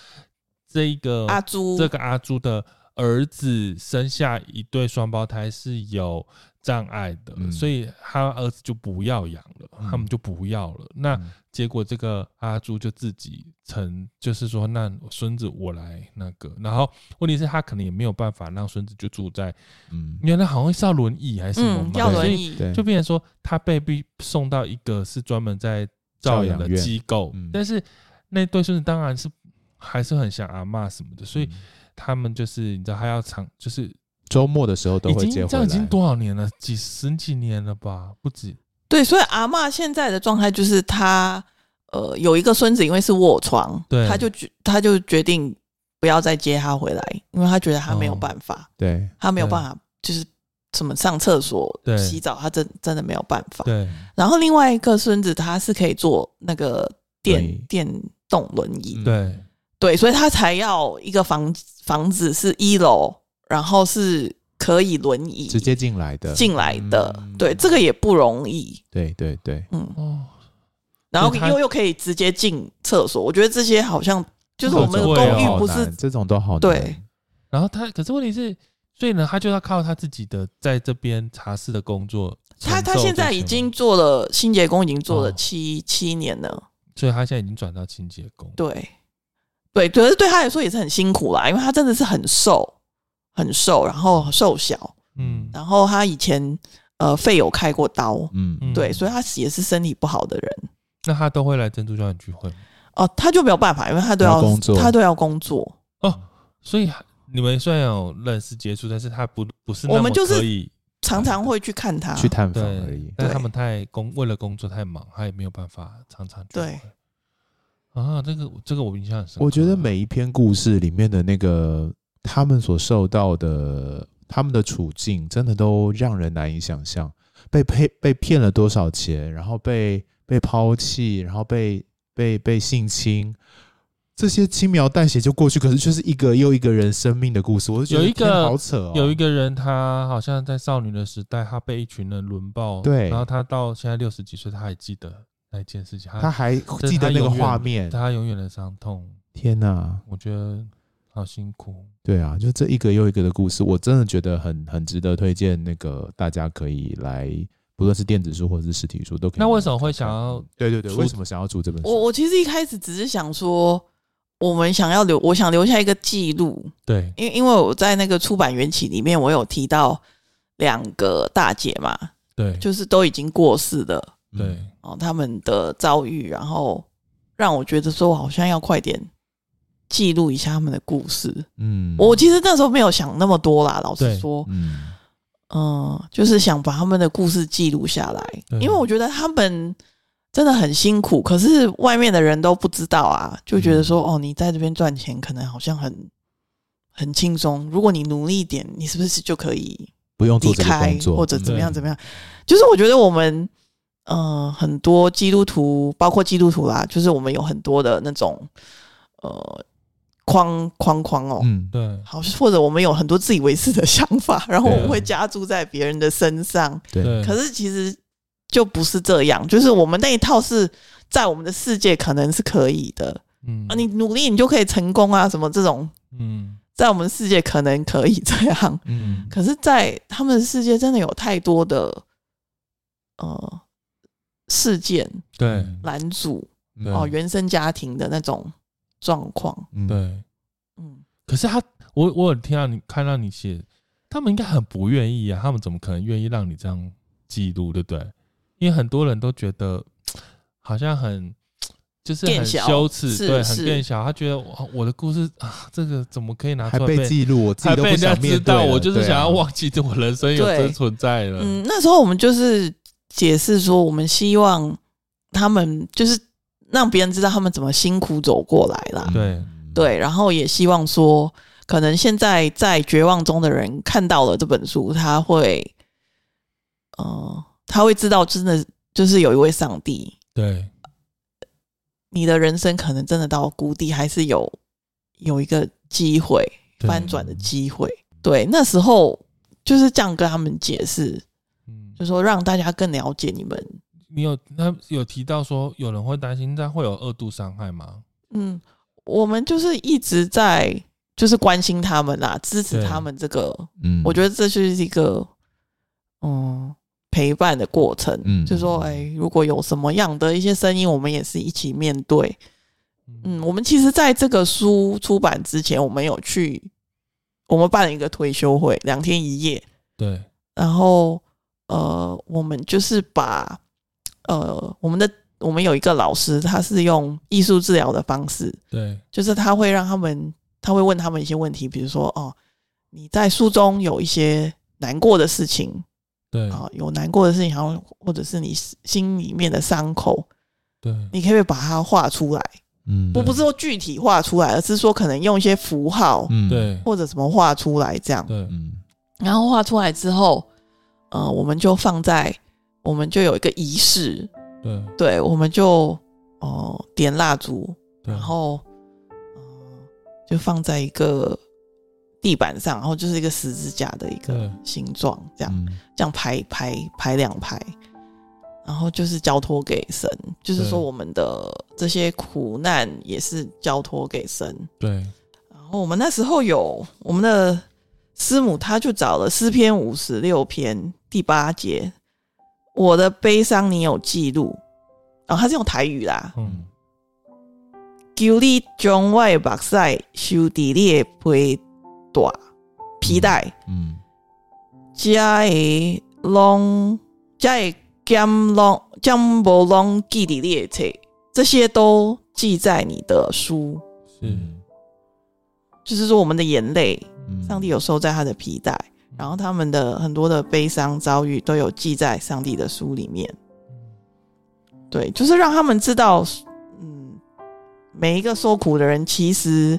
Speaker 4: 这一个
Speaker 6: 阿朱，
Speaker 4: 嗯这个阿朱的儿子生下一对双胞胎是有障碍的，
Speaker 5: 嗯
Speaker 4: 所以他儿子就不要养了，
Speaker 5: 嗯
Speaker 4: 他们就不要了。那
Speaker 5: 嗯
Speaker 4: 结果这个阿朱就自己成，就是说，那孙子我来那个。然后问题是他可能也没有办法让孙子就住在，
Speaker 5: 嗯，
Speaker 4: 因为他好像是要轮椅还是什么
Speaker 6: 嗯
Speaker 4: 嘛，，
Speaker 6: 要
Speaker 4: 所
Speaker 6: 轮
Speaker 4: 以
Speaker 6: 椅，
Speaker 5: 对，
Speaker 4: 就变成说他被逼送到一个是专门在照养的机构
Speaker 5: 照养，院嗯
Speaker 4: 但是那对孙子当然是还是很想阿嬷什么的，所以
Speaker 5: 嗯
Speaker 4: 他们就是你知道他要长就是
Speaker 5: 周末的时候都
Speaker 4: 已
Speaker 5: 会
Speaker 4: 经
Speaker 5: 接
Speaker 4: 这
Speaker 5: 回
Speaker 4: 样
Speaker 5: 来，
Speaker 4: 已经多少年了，几十几年了吧，不止。
Speaker 6: 对，所以阿嬷现在的状态就是她呃有一个孙子，因为是卧床，
Speaker 4: 对
Speaker 6: 她就决她就决定不要再接他回来，因为她觉得她没有
Speaker 4: 哦
Speaker 6: 办法，
Speaker 5: 对，
Speaker 6: 她没有
Speaker 4: 对
Speaker 6: 办法就是什么上厕所
Speaker 4: 对、
Speaker 6: 洗澡，她真真的没有办法。
Speaker 4: 对，
Speaker 6: 然后另外一个孙子他是可以坐那个
Speaker 5: 轮
Speaker 6: 电
Speaker 5: 椅
Speaker 6: 电动轮椅，
Speaker 5: 嗯
Speaker 4: 对，
Speaker 6: 对，所以他才要一个房房子是一楼，然后是可以轮椅
Speaker 5: 直接进来的，
Speaker 6: 进来的，
Speaker 5: 嗯
Speaker 6: 对，这个也不容易，
Speaker 5: 对对对，
Speaker 6: 嗯，
Speaker 4: 哦，
Speaker 6: 然后
Speaker 4: 所以他
Speaker 6: 又又可以直接进厕所，我觉得这些好像就是我们的
Speaker 4: 好
Speaker 6: 公
Speaker 4: 贵哦
Speaker 6: 寓不
Speaker 5: 好
Speaker 6: 是
Speaker 5: 难这种都好难，
Speaker 6: 对
Speaker 4: 然后他可是问题是，所以呢，他就要靠他自己的在这边茶室的工作。
Speaker 6: 他
Speaker 4: 承
Speaker 6: 他
Speaker 4: 受
Speaker 6: 现
Speaker 4: 这
Speaker 6: 在
Speaker 4: 些
Speaker 6: 已
Speaker 4: 嘛
Speaker 6: 经，做了清洁工，已经做了
Speaker 4: 哦
Speaker 6: 七、七年了，
Speaker 4: 所以他现在已经转到清洁工。
Speaker 6: 对对，可是对他来说也是很辛苦啦，因为他真的是很瘦，很瘦，然后瘦小，
Speaker 4: 嗯，
Speaker 6: 然后他以前呃肺有开过刀，
Speaker 5: 嗯
Speaker 4: 嗯
Speaker 6: 对，所以他也是身体不好的人。
Speaker 4: 那他都会来珍珠教你聚会吗
Speaker 6: 哦，他就没有办法，因为他都
Speaker 5: 要
Speaker 6: 要
Speaker 5: 工作
Speaker 6: 他都要工作。
Speaker 4: 哦，所以你们虽然有认识接触，但是他不不是那
Speaker 6: 我
Speaker 4: 么
Speaker 6: 们就是
Speaker 4: 可以
Speaker 6: 常常会去看他。
Speaker 5: 去探访而
Speaker 4: 对
Speaker 5: 已，，
Speaker 4: 但
Speaker 6: 对
Speaker 4: 他们太工为了工作太忙，他也没有办法常常聚会
Speaker 6: 对。
Speaker 4: 啊，这个这个我印象很深刻。
Speaker 5: 我觉得每一篇故事里面的那个他们所受到的他们的处境，真的都让人难以想象。被骗被骗了多少钱，然后被被抛弃，然后被被被性侵，这些轻描淡写就过去，可是却是一个又一个人生命的故事。我就觉得
Speaker 4: 有一个
Speaker 5: 天好扯哦，
Speaker 4: 有一个人，他好像在少女的时代，他被一群人轮暴，
Speaker 5: 对
Speaker 4: 然后他到现在六十几岁，他还记得那一件事情，
Speaker 5: 他
Speaker 4: 他
Speaker 5: 还
Speaker 4: 这是
Speaker 5: 记得
Speaker 4: 啊他
Speaker 5: 那个
Speaker 4: 永远
Speaker 5: 画面，
Speaker 4: 他永远的伤痛，
Speaker 5: 天哪！
Speaker 4: 我觉得好辛苦。
Speaker 5: 对啊，就这一个又一个的故事，我真的觉得很很值得推荐。那个大家可以来，不论是电子书或者是实体书，都可以。
Speaker 4: 那为什么会想要？
Speaker 5: 对对对，
Speaker 4: 出
Speaker 5: 为什么想要出这本书？
Speaker 6: 我我其实一开始只是想说，我们想要留，我想留下一个记录，
Speaker 4: 对
Speaker 6: 因为因为我在那个出版缘起里面，我有提到两个大姐嘛，
Speaker 4: 对
Speaker 6: 就是都已经过世的
Speaker 5: 嗯
Speaker 4: 对，
Speaker 6: 哦，他们的遭遇，然后让我觉得说，我好像要快点记录一下他们的故事。
Speaker 5: 嗯
Speaker 6: 我其实那时候没有想那么多啦，老实
Speaker 4: 对
Speaker 6: 说，
Speaker 5: 嗯
Speaker 6: 嗯，就是想把他们的故事记录下来，
Speaker 4: 对
Speaker 6: 因为我觉得他们真的很辛苦，可是外面的人都不知道啊，就
Speaker 5: 嗯
Speaker 6: 觉得说、哦，你在这边赚钱可能好像很很轻松，如果你努力一点，你是不是就可以
Speaker 5: 不用
Speaker 6: 离
Speaker 5: 做这个
Speaker 6: 开
Speaker 5: 工作，嗯
Speaker 6: 或者怎么样
Speaker 4: 对
Speaker 6: 怎么样。就是我觉得我们呃很多基督徒，包括基督徒啦，就是我们有很多的那种呃框框框哦。
Speaker 5: 嗯，
Speaker 4: 对
Speaker 6: 好，或者我们有很多自以为是的想法， [laughs] 然后我
Speaker 4: 啊
Speaker 6: 们会加注在别人的身上。
Speaker 4: 嗯
Speaker 5: 对，
Speaker 6: 可是其实就不是这样，就是我们那一套是在我们的世界可能是可以的
Speaker 4: 嗯
Speaker 6: 啊，你努力你就可以成功啊，什么这种
Speaker 4: 嗯
Speaker 6: 在我们世界可能可以这样，
Speaker 4: 嗯
Speaker 6: 可是，在他们的世界真的有太多的呃事件
Speaker 4: 对
Speaker 5: 嗯
Speaker 6: 拦阻
Speaker 4: 对啊
Speaker 6: 哦，原生家庭的那种状况，
Speaker 5: 嗯，
Speaker 4: 对，
Speaker 6: 嗯，
Speaker 4: 可是他我我有听到你看到你写，他们应该很不愿意啊，他们怎么可能愿意让你这样记录，对不对？因为很多人都觉得好像很就是很
Speaker 6: 变小
Speaker 4: 羞耻，
Speaker 6: 是
Speaker 4: 对，
Speaker 6: 是
Speaker 4: 很变小，他觉得哇我的故事啊，这个怎么可以拿
Speaker 5: 还
Speaker 4: 出来
Speaker 5: 被记录，我自
Speaker 4: 还
Speaker 5: 己都
Speaker 4: 被
Speaker 5: 不
Speaker 4: 人家
Speaker 5: 想面
Speaker 4: 知
Speaker 5: 对
Speaker 4: 道，
Speaker 5: 了
Speaker 4: 我就是
Speaker 5: 对啊
Speaker 4: 想要忘记这我人生有
Speaker 6: 对
Speaker 4: 真存在了。
Speaker 6: 嗯，那时候我们就是解释说，我们希望他们就是让别人知道他们怎么辛苦走过来
Speaker 5: 嗯
Speaker 6: 啦，
Speaker 4: 对，
Speaker 6: 对，然后也希望说，可能现在在绝望中的人看到了这本书，他会，呃，他会知道，真的就是有一位上帝，
Speaker 4: 对，
Speaker 6: 你的人生可能真的到谷底，还是有有一个机会
Speaker 4: 对
Speaker 6: 翻转的机会。对，那时候就是这样跟他们解释，
Speaker 4: 嗯
Speaker 6: 就说让大家更了解你们
Speaker 4: 你有他有提到说有人会担心这样会有二度伤害吗？
Speaker 6: 嗯，我们就是一直在就是关心他们啦，支持
Speaker 4: 对
Speaker 6: 他们这个，
Speaker 5: 嗯，
Speaker 6: 我觉
Speaker 5: 得
Speaker 6: 得这就是一个嗯陪伴的过程。
Speaker 5: 嗯
Speaker 6: 就说哎、如果有什么样的一些声音，我们也是一起面对。嗯，我们其实在这个书出版之前，我们有去，我们办了一个退休会，两天一夜。
Speaker 4: 对，
Speaker 6: 然后呃，我们就是把呃我们的我们有一个老师，他是用艺术治疗的方式，
Speaker 4: 对，
Speaker 6: 就是他会让他们，他会问他们一些问题，比如说哦，你在书中有一些难过的事情
Speaker 5: 嗯
Speaker 4: 对，
Speaker 6: 啊、有难过的事情，然后或者是你心里面的伤口，
Speaker 4: 对，
Speaker 6: 你可不可以把它画出来？
Speaker 5: 嗯
Speaker 6: 我不是说具体画出来，而是说可能用一些符号
Speaker 5: 嗯
Speaker 4: 对，
Speaker 6: 或者什么画出来这样。
Speaker 4: 对，
Speaker 5: 嗯
Speaker 6: 然后画出来之后，呃，我们就放在，我们就有一个仪式，
Speaker 4: 对，
Speaker 6: 对，我们就哦、呃点蜡烛，
Speaker 4: 对
Speaker 6: 然后、呃、就放在一个地板上，然后就是一个十字架的一个
Speaker 4: 对
Speaker 6: 形状，这样、
Speaker 5: 嗯
Speaker 6: 这样排排排两排，然后就是交托给神，就是
Speaker 4: 对
Speaker 6: 说我们的这些苦难也是交托给神。
Speaker 4: 对，
Speaker 6: 然后我们那时候有我们的师母，她就找了诗篇五十六篇第八节，我的悲伤你有记录，然、哦、后她是用台语啦，
Speaker 4: 嗯，
Speaker 6: 求你将我的目屎收伫你的皮带皮带，
Speaker 5: 嗯
Speaker 6: 才会拢才会减拢减无拢记伫你的册，这些都记在你的书。
Speaker 4: 是，
Speaker 6: 就是说，我们的眼泪，
Speaker 5: 嗯
Speaker 6: 上帝有收在他的皮带，然后他们的很多的悲伤遭遇都有记在上帝的书里面。对，就是让他们知道，嗯，每一个受苦的人，其实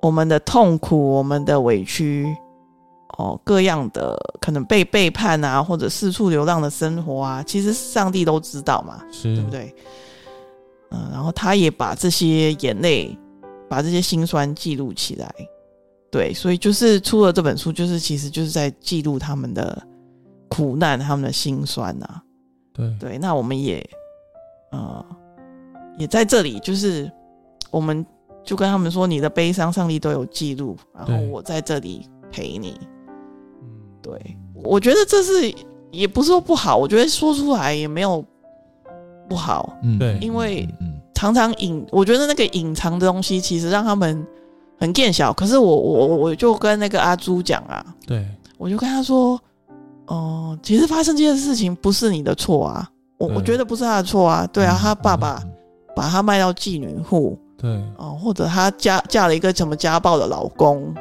Speaker 6: 我们的痛苦、我们的委屈，哦，各样的可能被背叛啊，或者四处流浪的生活啊，其实上帝都知道嘛，
Speaker 4: 是，
Speaker 6: 对不？对？嗯，然后他也把这些眼泪、把这些辛酸记录起来。对，所以就是出了这本书，就是其实就是在记录他们的苦难、他们的辛酸呐、
Speaker 4: 对，
Speaker 6: 对，那我们也呃也在这里，就是我们就跟他们说，你的悲伤上帝都有记录，然后
Speaker 4: 对
Speaker 6: 我在这里陪你。
Speaker 4: 嗯，
Speaker 6: 对，我觉得这是也不是说不好，我觉得说出来也没有不好，
Speaker 5: 嗯
Speaker 4: 对
Speaker 6: 因为
Speaker 5: 嗯
Speaker 6: 常常隐，我觉得那个隐藏的东西其实让他们很见小。可是我我我我就跟那个阿朱讲啊，
Speaker 4: 对，
Speaker 6: 我就跟他说，哦、其实发生这件事情不是你的错啊，我
Speaker 4: 对
Speaker 6: 我觉得不是他的错啊，对啊
Speaker 5: 嗯，
Speaker 6: 他爸爸把他卖到妓女户，
Speaker 4: 对，
Speaker 6: 哦、或者他嫁嫁了一个什么家暴的老公，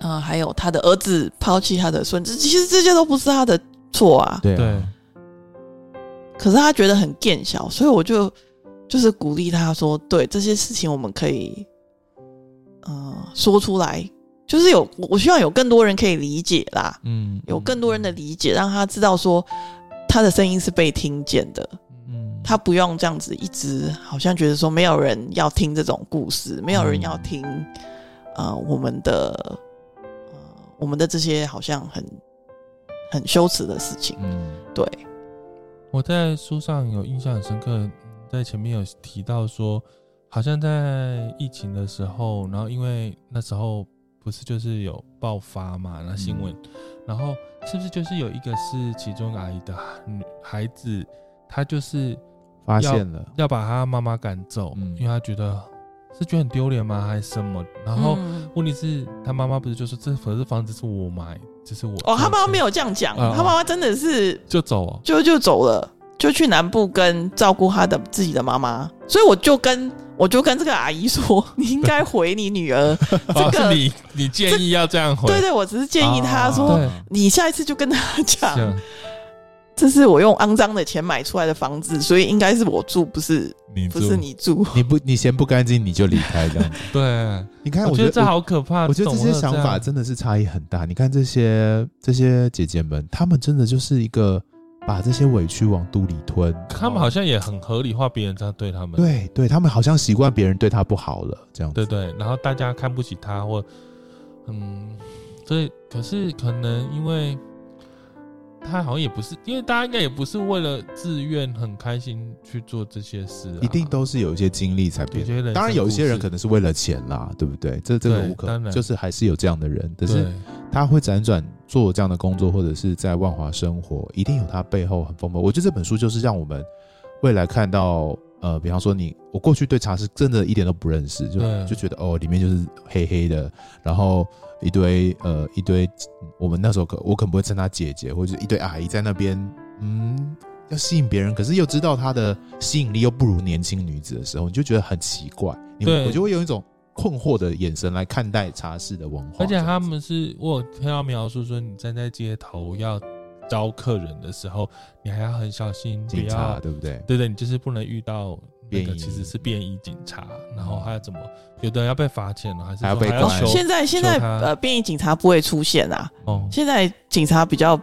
Speaker 4: 嗯，
Speaker 6: 啊、还有他的儿子抛弃他的孙子，其实这些都不是他的错啊，
Speaker 5: 对
Speaker 4: 对
Speaker 5: 啊，
Speaker 6: 可是他觉得很见小，所以我就就是鼓励他说，对这些事情我们可以呃说出来，就是有我我希望有更多人可以理解啦，
Speaker 4: 嗯，
Speaker 6: 有更多人的理解，让他知道说他的声音是被听见的，
Speaker 4: 嗯，
Speaker 6: 他不用这样子一直好像觉得说没有人要听这种故事，没有
Speaker 4: 嗯
Speaker 6: 人要听，呃，我们的呃我们的这些好像很很羞耻的事情。
Speaker 4: 嗯，
Speaker 6: 对，
Speaker 4: 我在书上有印象很深刻，在前面有提到说，好像在疫情的时候，然后因为那时候不是就是有爆发嘛，那新闻，
Speaker 6: 嗯
Speaker 4: 然后是不是就是有一个是其中一个阿姨的女孩子，她就是
Speaker 5: 发现了，
Speaker 4: 要把她妈妈赶走，
Speaker 5: 嗯
Speaker 4: 因为她觉得是觉得很丢脸吗，还是什么？然后
Speaker 6: 嗯
Speaker 4: 问题是，她妈妈不是就说这可是房子是我买，这是我
Speaker 6: 哦，他妈妈
Speaker 4: 这
Speaker 6: 没有这样讲，
Speaker 4: 啊
Speaker 6: 他妈妈真的是
Speaker 4: 就走哦，
Speaker 6: 就就走了，就去南部跟照顾他的自己的妈妈。所以我就跟我就跟这个阿姨说，你应该回你女儿。
Speaker 4: 哦
Speaker 6: [laughs] 这个
Speaker 4: 是你你建议要这样 [laughs] 回，啊
Speaker 6: 对对，我只是建议他说，
Speaker 4: 对啊
Speaker 6: 你下一次就跟他
Speaker 4: 这
Speaker 6: 讲，
Speaker 4: 样
Speaker 6: 这是我用肮脏的钱买出来的房子，所以应该是我住，不是
Speaker 5: 你
Speaker 6: 不是你住。
Speaker 5: 你不你嫌不干净你就离开这样子。
Speaker 4: 对，
Speaker 5: [laughs] 你看，
Speaker 4: 我
Speaker 5: 我
Speaker 4: 觉
Speaker 5: 觉
Speaker 4: 得这
Speaker 5: 得
Speaker 4: 好可怕。
Speaker 5: 我觉得这
Speaker 4: 怎么
Speaker 5: 些
Speaker 4: 会有
Speaker 5: 想
Speaker 4: 样
Speaker 5: 法真的是差异很大。你看这些这些姐姐们，她们真的就是一个把这些委屈往肚里吞。
Speaker 4: 他们好像也很合理化别人这样对他们，
Speaker 5: 对对，她们好像习惯别人对她不好了这样子。
Speaker 4: 对对，然后大家看不起他或嗯，所以可是可能因为他好像也不是，因为大家应该也不是为了自愿很开心去做这些事啊，
Speaker 5: 一定都是有一些经历才
Speaker 4: 有
Speaker 5: 变。
Speaker 4: 些人
Speaker 5: 当然，有一些人可
Speaker 4: 能
Speaker 5: 能是为了钱啦，对不对？这这个
Speaker 4: 对
Speaker 5: 无可
Speaker 4: 当，然
Speaker 5: 就是还是有这样的人，
Speaker 4: 只
Speaker 5: 但是他会辗转做这样的工作，或者是在万华生活，一定有他背后很丰富。我觉得这本书就是让我们未来看到，呃，比方说你，我过去对茶是真的一点都不认识，就
Speaker 4: 对
Speaker 5: 就觉得哦，里面就是黑黑的，然后一堆呃一堆，我们那时候可我可能不会称她姐姐，或者是一堆阿姨在那边，嗯。要吸引别人，可是又知道她的吸引力又不如年轻女子的时候，你就觉得很奇怪。你
Speaker 4: 对
Speaker 5: 我就会用一种困惑的眼神来看待茶室的文化。
Speaker 4: 而且他
Speaker 5: 这样子
Speaker 4: 们是我有听到描述说，你站在街头要招客人的时候，你还要很小心，不
Speaker 5: 警察
Speaker 4: 要
Speaker 5: 对不对？
Speaker 4: 对对，你就是不能遇到那
Speaker 5: 便
Speaker 4: 个
Speaker 5: 衣
Speaker 4: 其实是便衣警察，然后还要怎么，有的人要被罚钱了，还是
Speaker 5: 还要
Speaker 4: 说
Speaker 5: 被
Speaker 4: 要
Speaker 5: 关
Speaker 4: 求
Speaker 6: 哦现在现在
Speaker 4: 求他
Speaker 6: 呃，便衣警察不会出现啊，
Speaker 4: 哦
Speaker 6: 现在警察比较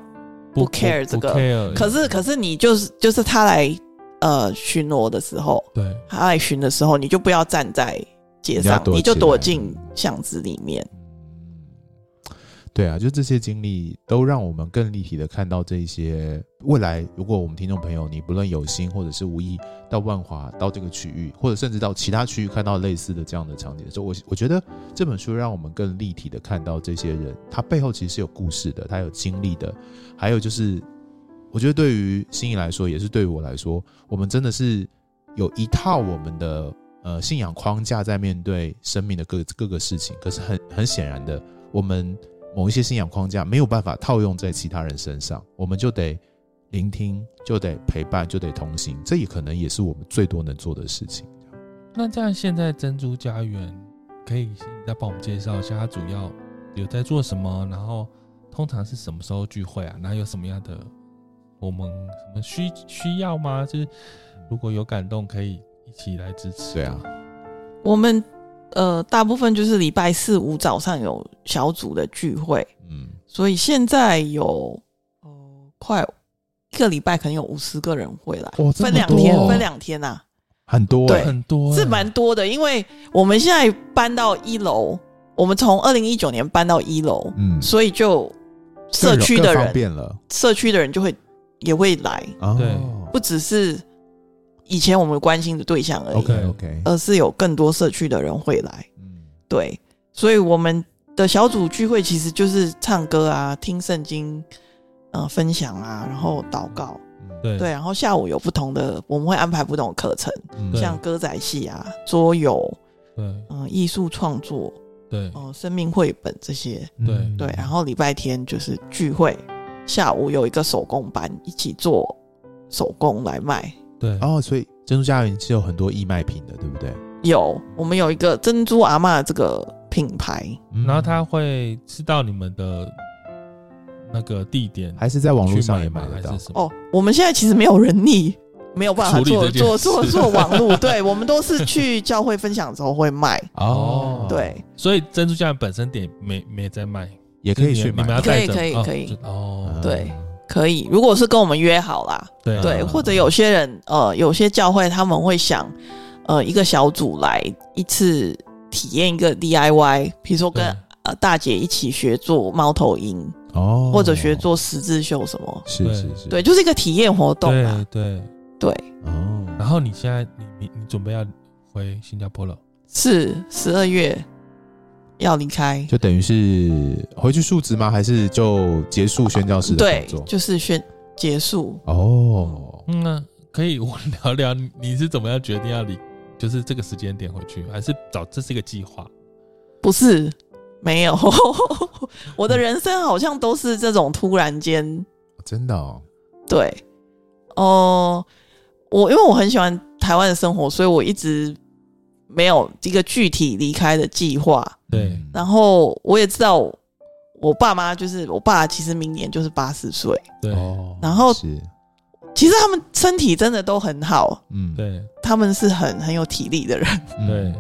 Speaker 6: 不 care 这个
Speaker 4: care
Speaker 6: 可是可是你就是就是他来呃巡逻的时候，
Speaker 4: 对
Speaker 6: 他来巡的时候，你就不要站在街
Speaker 5: 你要
Speaker 6: 上，
Speaker 5: 躲
Speaker 6: 你就
Speaker 5: 起来
Speaker 6: 躲进巷子里面。
Speaker 5: 对啊，就这些经历都让我们更立体的看到这一些未来。如果我们听众朋友你不论有心或者是无意到万华到这个区域，或者甚至到其他区域看到类似的这样的场景的时候，我我觉得这本书让我们更立体的看到这些人，他背后其实是有故事的，他有经历的，还有就是，我觉得对于心仪来说，也是对于我来说，我们真的是有一套我们的呃信仰框架在面对生命的各各个事情。可是很很显然的，我们某一些信仰框架没有办法套用在其他人身上，我们就得聆听，就得陪伴，就得同行。这也可能也是我们最多能做的事情。
Speaker 4: 那这样现在珍珠家园可以再帮我们介绍一下，它主要有在做什么，然后通常是什么时候聚会啊？那有什么样的我们什么需需要吗？就是如果有感动，可以一起来支持。
Speaker 5: 对啊，
Speaker 6: 我们呃，大部分就是礼拜四五早上有小组的聚会，
Speaker 5: 嗯，
Speaker 6: 所以现在有呃快一个礼拜可能有五十个人会来，
Speaker 5: 哇，这么
Speaker 6: 分两
Speaker 5: 多
Speaker 6: 天
Speaker 5: 哦，
Speaker 6: 分两天呐、
Speaker 5: 很多
Speaker 6: 对
Speaker 5: 欸
Speaker 4: 很多欸
Speaker 6: 是蛮多的。因为我们现在搬到一楼，我们从二零一九年搬到一楼，
Speaker 5: 嗯，
Speaker 6: 所以就
Speaker 5: 更
Speaker 6: 社区
Speaker 5: 更
Speaker 6: 的
Speaker 5: 方
Speaker 6: 人，
Speaker 5: 便了
Speaker 6: 社区的人就会也会来，
Speaker 5: 哦
Speaker 4: 对
Speaker 6: 不只是以前我们关心的对象而已
Speaker 5: OK OK，
Speaker 6: 而是有更多社区的人会来。
Speaker 5: 嗯，
Speaker 6: 对，所以我们的小组聚会其实就是唱歌啊、听圣经、呃分享啊，然后祷告。
Speaker 5: 嗯
Speaker 4: 对
Speaker 6: 对，然后下午有不同的，我们会安排不同的课程，
Speaker 5: 嗯
Speaker 4: 对
Speaker 6: 像歌仔戏啊、桌游、
Speaker 4: 对
Speaker 6: 嗯、艺术创作、
Speaker 4: 对
Speaker 6: 嗯、生命绘本这些。
Speaker 4: 对
Speaker 6: 对，然后礼拜天就是聚会，下午有一个手工班，一起做手工来卖。
Speaker 4: 对
Speaker 5: 哦，所以珍珠家园是有很多义卖品的，对不对？
Speaker 6: 有，我们有一个珍珠阿嬷这个品牌，
Speaker 5: 嗯
Speaker 4: 然后他会知道你们的那个地点，
Speaker 5: 还是在网络
Speaker 4: 去
Speaker 5: 上
Speaker 4: 买
Speaker 5: 也
Speaker 4: 吗
Speaker 5: 买得
Speaker 4: 还
Speaker 5: 到
Speaker 4: 是。什么？
Speaker 6: 哦哦，我们现在其实没有人力，没有办法
Speaker 2: 处理
Speaker 6: 做
Speaker 2: 这件
Speaker 6: 做
Speaker 2: 事
Speaker 6: 做做网路，对我们都是去教会分享的时候会卖，
Speaker 5: 哦，
Speaker 6: 对，
Speaker 4: 所以珍珠酱本身点没没在卖，
Speaker 5: 也可以去
Speaker 4: 你们
Speaker 5: 买
Speaker 4: 要带着
Speaker 6: 可以
Speaker 4: 哦
Speaker 6: 可以
Speaker 4: 就哦，
Speaker 6: 对可以。如果是跟我们约好啦，
Speaker 4: 对啊
Speaker 6: 对，
Speaker 5: 嗯
Speaker 6: 或者有些人呃，有些教会他们会想，呃，一个小组来一次体验一个 DIY，比如说跟
Speaker 4: 对
Speaker 6: 呃大姐一起学做猫头鹰，
Speaker 5: 哦，
Speaker 6: 或者学做十字绣什么，
Speaker 5: 是
Speaker 4: 对
Speaker 5: 是是，
Speaker 6: 对，就是一个体验活动啊
Speaker 4: 对。对，
Speaker 6: 对，
Speaker 5: 哦，
Speaker 4: 然后你现在你你你准备要回新加坡了，
Speaker 6: 是十二月要离开，
Speaker 5: 就等于是回去述职吗？还是就结束宣教师的
Speaker 6: 对
Speaker 5: 工作，？
Speaker 6: 就是宣结束。
Speaker 5: 哦，
Speaker 4: 嗯啊，可以我聊聊你你是怎么样决定要离，就是这个时间点回去，还是找这是一个计划？
Speaker 6: 不是，没有。 [laughs] 我的人生好像都是这种突然间，
Speaker 5: 真的哦，
Speaker 6: 对，哦、我因为我很喜欢台湾的生活，所以我一直没有一个具体离开的计划。
Speaker 4: 对
Speaker 5: 嗯
Speaker 6: 然后我也知道我，爸妈就是我爸，其实明年就是八十岁，
Speaker 4: 对
Speaker 5: 哦，
Speaker 6: 然后
Speaker 5: 是
Speaker 6: 其实他们身体真的都很好，
Speaker 5: 嗯
Speaker 4: 对
Speaker 6: 他们是很很有体力的人，
Speaker 5: 嗯
Speaker 4: 对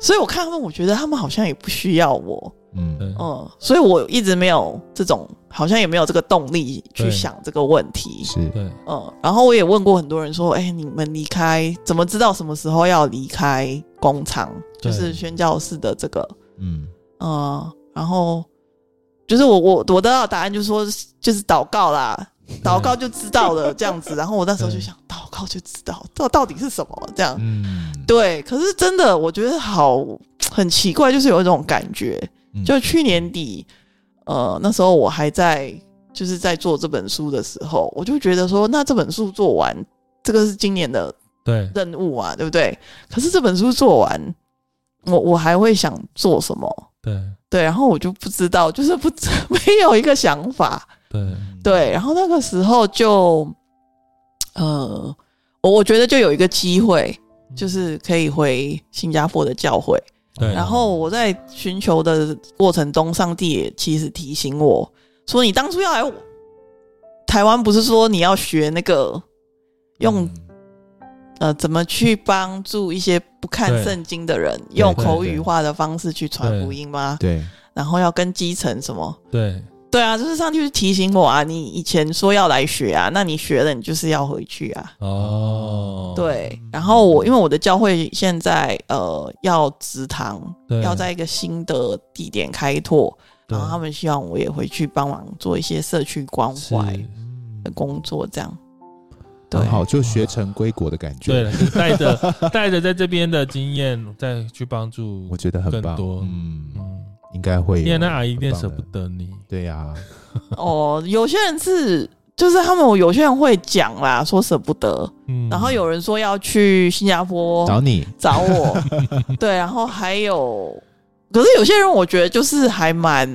Speaker 6: 所以我看他们，我觉得他们好像也不需要我。
Speaker 5: 嗯
Speaker 4: 对，
Speaker 6: 嗯，所以我一直没有这种，好像也没有这个动力去
Speaker 4: 对
Speaker 6: 想这个问题。
Speaker 5: 是
Speaker 4: 对
Speaker 6: 嗯，然后我也问过很多人说，哎、你们离开怎么知道什么时候要离开工厂？就
Speaker 4: 对
Speaker 6: 是宣教士的这个，
Speaker 5: 嗯
Speaker 6: 嗯，然后就是我我我得到的答案就是说，就是祷告啦，祷告就知道了这样子。然后我那时候就想，祷告就知道，这到底是什么这样？
Speaker 5: 嗯
Speaker 6: 对，可是真的，我觉得好很奇怪，就是有一种感觉，
Speaker 5: 嗯
Speaker 6: 就去年底，呃，那时候我还在就是在做这本书的时候，我就觉得说，那这本书做完，这个是今年的
Speaker 4: 对
Speaker 6: 任务啊，对不对？可是这本书做完，我我还会想做什么？
Speaker 4: 对
Speaker 6: 对，然后我就不知道，就是不 [laughs] 知没有一个想法。
Speaker 4: 对
Speaker 6: 对，然后那个时候就，呃，我我觉得就有一个机会，
Speaker 4: 嗯
Speaker 6: 就是可以回新加坡的教会。
Speaker 4: 对，
Speaker 6: 然后我在寻求的过程中，上帝也其实提醒我说：“你当初要来我台湾，不是说你要学那个用、
Speaker 4: 嗯
Speaker 5: 嗯
Speaker 6: 呃怎么去帮助一些不看
Speaker 4: 对
Speaker 6: 圣经的人，用
Speaker 4: 对
Speaker 6: 口
Speaker 5: 对
Speaker 6: 语化的方式去传
Speaker 4: 对
Speaker 6: 福音吗？
Speaker 5: 对
Speaker 6: 然后要跟基层什么？
Speaker 4: 对
Speaker 6: 对啊，就是上帝就提醒我啊，你以前说要来学啊，那你学了，你就是要回去啊。
Speaker 4: 哦嗯
Speaker 6: 对，然后我因为我的教会现在呃要植堂，
Speaker 4: 对
Speaker 6: 要在一个新的地点开拓，
Speaker 4: 对
Speaker 6: 然后他们希望我也回去帮忙做一些社区关
Speaker 4: 是
Speaker 6: 怀的工作，这样。 [laughs] 对
Speaker 5: 很，好，就学成归国的感觉，
Speaker 4: 对了，就带着 [laughs] 带着在这边的经验再去帮助
Speaker 5: 我觉得很
Speaker 4: 更，
Speaker 5: 棒
Speaker 4: 多
Speaker 5: 嗯，
Speaker 4: 嗯，
Speaker 5: 应该会有，
Speaker 4: 因为那阿姨一定
Speaker 5: 很棒
Speaker 4: 舍
Speaker 5: 的
Speaker 4: 不，得你，
Speaker 5: 对呀，
Speaker 6: 哦，有些人是就是他们，有些人会讲啦，说舍不得，
Speaker 4: 嗯，
Speaker 6: 然后有人说要去新加坡
Speaker 5: 找你
Speaker 6: 找我，对，然后还有，可是有些人我觉得就是还蛮，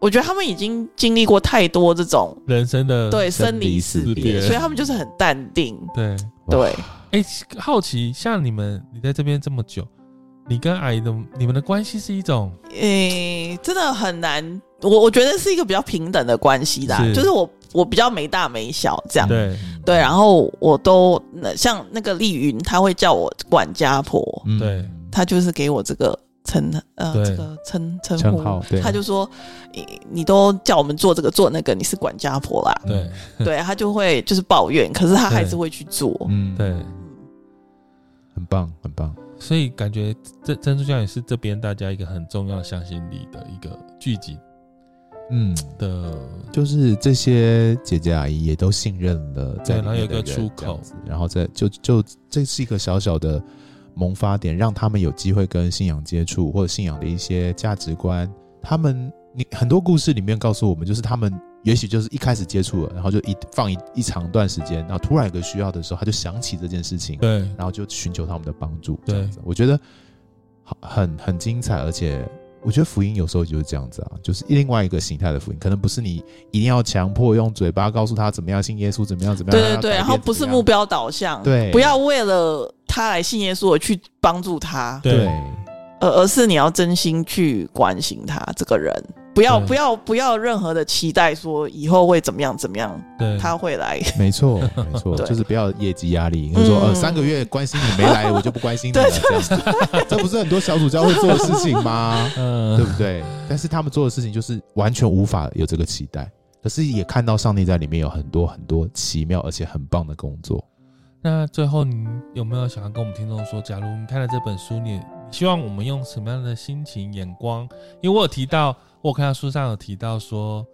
Speaker 6: 我觉得他们已经经历过太多这种。
Speaker 4: 人嗯生的
Speaker 6: 对生
Speaker 5: 生
Speaker 6: 离
Speaker 5: 离
Speaker 6: 死
Speaker 5: 死
Speaker 6: 别，
Speaker 4: 别
Speaker 6: 所以他们就是很淡定。
Speaker 4: 对，
Speaker 6: 对，
Speaker 4: 哎，好奇，像你们你在这边这么久，你跟阿姨的你们的关系是一种
Speaker 6: 诶、真的很难。我我觉得是一个比较平等的关系啦，
Speaker 4: 是
Speaker 6: 就是我我比较没大没小这样。
Speaker 4: 对
Speaker 5: 嗯
Speaker 6: 对然后我都那像那个丽云，她会叫我管家婆，
Speaker 5: 嗯
Speaker 4: 对
Speaker 6: 她就是给我这个称呃
Speaker 4: 对
Speaker 6: 这个称称
Speaker 5: 称
Speaker 6: 呼
Speaker 5: 号，，对，
Speaker 6: 她就说你你都叫我们做这个做那个，你是管家婆
Speaker 5: [laughs]
Speaker 6: 啦，
Speaker 4: 对
Speaker 6: 对她就会就是抱怨，可是她还
Speaker 4: 对
Speaker 6: 是会去做。
Speaker 5: 嗯，
Speaker 4: 对，
Speaker 5: 很棒，很棒，
Speaker 4: 所以感觉这珍珠酱也是这边大家一个很重要向心力的一个聚集
Speaker 5: 嗯，
Speaker 4: 的，
Speaker 5: 就是这些姐姐阿姨也都信任了在里面
Speaker 4: 对然后
Speaker 5: 的人，
Speaker 4: 有一个出口
Speaker 5: 这样子，然后再就就这是一个小小的萌发点，让他们有机会跟信仰接触，或者信仰的一些价值观。他们你很多故事里面告诉我们，就是他们也许就是一开始接触了，然后就一放一一长段时间，然后突然有个需要的时候，他就想起这件事情，
Speaker 4: 对
Speaker 5: 然后就寻求他们的帮助。
Speaker 4: 对
Speaker 5: 这样子，我觉得好很很精彩，而且我觉得福音有时候就是这样子啊，就是另外一个形态的福音，可能不是你一定要强迫用嘴巴告诉他怎么样信耶稣，怎么样怎么样，
Speaker 6: 对
Speaker 5: 让
Speaker 6: 对对，
Speaker 5: 他改变
Speaker 6: 然后不是
Speaker 5: 怎么样
Speaker 6: 目标导向，
Speaker 5: 对
Speaker 6: 不要为了他来信耶稣而去帮助他，
Speaker 4: 对
Speaker 5: 对，
Speaker 6: 而而是你要真心去关心他这个人，不要
Speaker 5: 嗯
Speaker 4: 对
Speaker 6: 不要不要任何的期待，说以后会怎么样怎么样，
Speaker 5: 嗯
Speaker 4: 对，
Speaker 6: 他会来。
Speaker 5: 没错，没错，
Speaker 6: [laughs] 对
Speaker 5: 就是不要业绩压力。就是说，
Speaker 6: 嗯
Speaker 5: 呃，三个月关心你没来，我就不关心你
Speaker 6: [laughs]
Speaker 5: 了，这样子，这不是很多小组教会做的事情吗？
Speaker 4: [laughs] 嗯
Speaker 5: 对不对？但是他们做的事情就是完全无法有这个期待，可是也看到上帝在里面有很多很多奇妙而且很棒的工作。
Speaker 4: 那最后，你有没有想要跟我们听众说，假如你看了这本书，你希望我们用什么样的心情、眼光？因为我有提到，我有看到书上有提到说，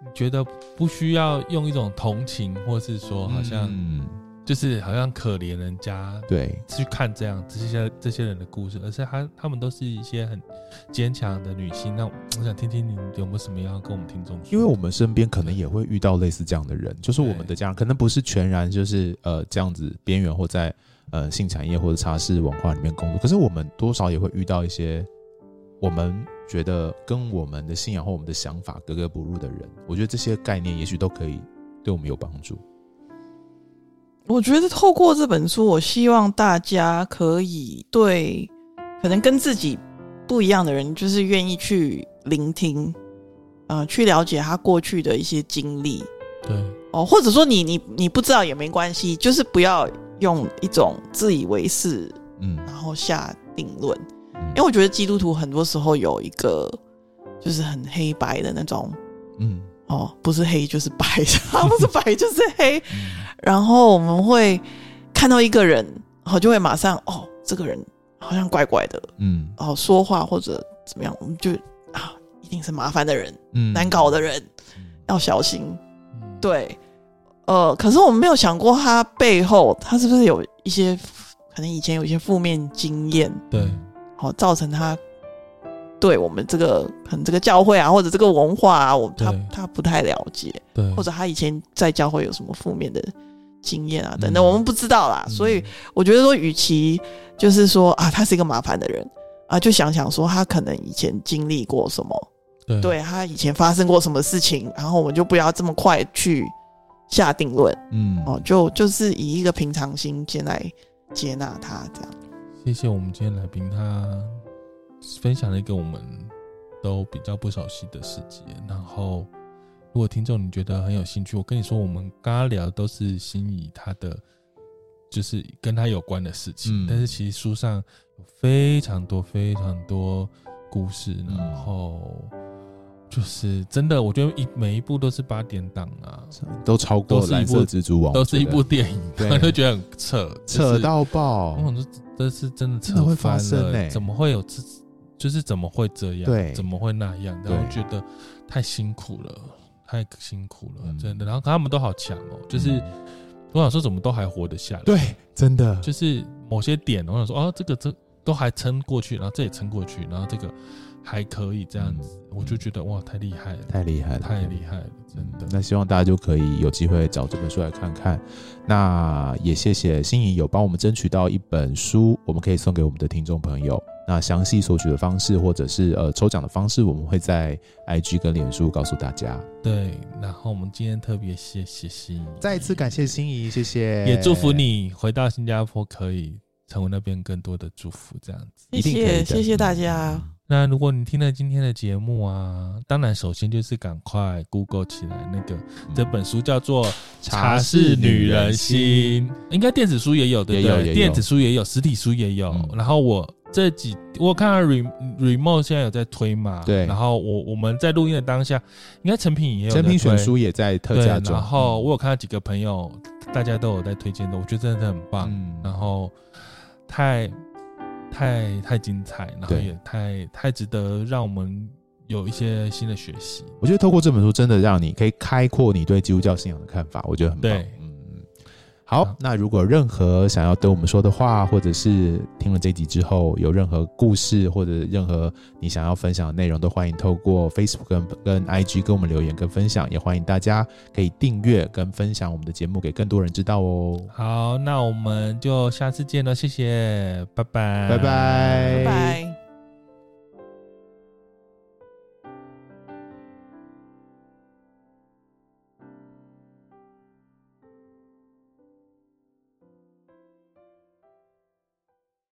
Speaker 4: 你觉得不需要用一种同情，或是说好像、
Speaker 5: 嗯，
Speaker 4: 就是好像可怜人家
Speaker 5: 对，
Speaker 4: 去看这样这些这些人的故事，而是他他们都是一些很坚强的女性。那我我想听听你有没有什么要跟我们听众说？
Speaker 5: 因为我们身边可能也会遇到类似这样的人，就是我们的家人可能不是全然就是呃这样子边缘或在呃性产业或者茶室文化里面工作，可是我们多少也会遇到一些我们觉得跟我们的信仰或我们的想法格格不入的人。我觉得这些概念也许都可以对我们有帮助。
Speaker 6: 我觉得透过这本书，我希望大家可以对可能跟自己不一样的人，就是愿意去聆听，呃，去了解他过去的一些经历
Speaker 4: 对
Speaker 6: 哦，或者说你你你不知道也没关系，就是不要用一种自以为是，
Speaker 5: 嗯，
Speaker 6: 然后下定论，
Speaker 5: 嗯
Speaker 6: 因为我觉得基督徒很多时候有一个就是很黑白的那种
Speaker 5: 嗯
Speaker 6: 哦，不是黑就是白，它 [laughs] 不是白就是黑。然后我们会看到一个人，然后就会马上哦，这个人好像怪怪的，
Speaker 5: 嗯
Speaker 6: 哦，说话或者怎么样，我们就啊，一定是麻烦的人，
Speaker 5: 嗯
Speaker 6: 难搞的人，
Speaker 5: 嗯
Speaker 6: 要小心。
Speaker 4: 嗯
Speaker 6: 对，呃，可是我们没有想过他背后他是不是有一些可能以前有一些负面经验，
Speaker 4: 对
Speaker 6: 哦，造成他对我们这个可能这个教会啊，或者这个文化啊，我他
Speaker 4: 对
Speaker 6: 他不太了解，
Speaker 4: 对，
Speaker 6: 或者他以前在教会有什么负面的经验啊等等，
Speaker 4: 嗯
Speaker 6: 我们不知道啦。所以我觉得说，与其就是说啊，他是一个麻烦的人啊，就想想说他可能以前经历过什么，
Speaker 4: 嗯对
Speaker 6: 对他以前发生过什么事情，然后我们就不要这么快去下定论
Speaker 5: 嗯
Speaker 6: 哦，就就是以一个平常心先来接纳他这样。
Speaker 4: 谢谢我们今天来宾，他分享了一个我们都比较不熟悉的世界。然后，如果听众你觉得很有兴趣，我跟你说，我们刚刚聊的都是心仪他的，就是跟他有关的事情。
Speaker 5: 嗯
Speaker 4: 但是其实书上有非常多非常多故事，
Speaker 5: 嗯
Speaker 4: 然后就是真的，我觉得一每一部都是八点档啊，
Speaker 5: 都超过
Speaker 4: 都是一
Speaker 5: 蓝色
Speaker 4: 部
Speaker 5: 蜘蛛网，
Speaker 4: 都是一部
Speaker 5: 我觉
Speaker 4: 电影，[laughs]
Speaker 5: 对
Speaker 4: 我就觉得很扯，就
Speaker 5: 得扯
Speaker 4: 是
Speaker 5: 到爆。
Speaker 4: 我想说，哦这是真的扯
Speaker 5: 哦真的会
Speaker 4: 翻
Speaker 5: 发生
Speaker 4: 了
Speaker 5: 欸
Speaker 4: 怎么会有这？就是怎么会这样？
Speaker 5: 对
Speaker 4: 怎么会那样？然
Speaker 5: 对
Speaker 4: 后觉得太辛苦了，太辛苦了，
Speaker 5: 嗯
Speaker 4: 真的。然后他们都好强哦，就是、
Speaker 5: 嗯
Speaker 4: 我想说，怎么都还活得下来？，
Speaker 5: 对，真的
Speaker 4: 就是某些点，我想说，哦，这个这都还撑过去，然后这也撑过去，然后这个还可以这样子，我就觉得哇，太厉害了，
Speaker 5: 嗯太厉害了，嗯
Speaker 4: 太厉害了，真的。
Speaker 5: 那希望大家就可以有机会找这本书来看看。那也谢谢心仪有帮我们争取到一本书，我们可以送给我们的听众朋友。那详细索取的方式或者是呃抽奖的方式，我们会在 IG 跟脸书告诉大家。
Speaker 4: 对，然后我们今天特别谢谢心仪，
Speaker 5: 再一次感谢心仪，谢谢，
Speaker 4: 也祝福，你回到新加坡可以成为那边更多的祝福，这样子。
Speaker 5: 一
Speaker 6: 谢
Speaker 5: 定可以
Speaker 6: 谢
Speaker 5: 的
Speaker 6: 谢谢大家，
Speaker 4: 那如果你听了今天的节目啊，当然首先就是赶快 Google 起来那个
Speaker 5: 嗯
Speaker 4: 这本书叫做《
Speaker 5: 茶
Speaker 4: 茶
Speaker 5: 是
Speaker 4: 是
Speaker 5: 女
Speaker 4: 女
Speaker 5: 人
Speaker 4: 人
Speaker 5: 心
Speaker 4: 心》，应该电子书也有对不
Speaker 5: 也有
Speaker 4: 对？
Speaker 5: 也有
Speaker 4: 电子书也有，实体书也有。
Speaker 5: 嗯
Speaker 4: 然后我这几我有看到 Re Remote 现在有在推嘛，
Speaker 5: 对
Speaker 4: 然后我我们在录音的当下，应该成品也有在
Speaker 5: 真品选
Speaker 4: 推
Speaker 5: 书也在特
Speaker 4: 对，
Speaker 5: 价中，
Speaker 4: 然后我有看到几个朋友，大家都有在推荐的，我觉得真的很棒。
Speaker 5: 嗯
Speaker 4: 然后太太太精彩，然后
Speaker 5: 对
Speaker 4: 也太太值得让我们有一些新的学习。
Speaker 5: 我觉得透过这本书，真的让你可以开阔你对基督教信仰的看法，我觉得很棒。
Speaker 4: 对
Speaker 5: 嗯，好
Speaker 4: 好，
Speaker 5: 那如果有任何想要对我们说的话，或者是听了这集之后有任何故事或者任何你想要分享的内容，都欢迎透过 Facebook 跟跟 IG 跟我们留言跟分享，也欢迎大家可以订阅跟分享我们的节目给更多人知道哦。
Speaker 4: 好，那我们就下次见了，谢谢，拜拜，
Speaker 5: 拜拜
Speaker 4: 哎
Speaker 6: 拜拜。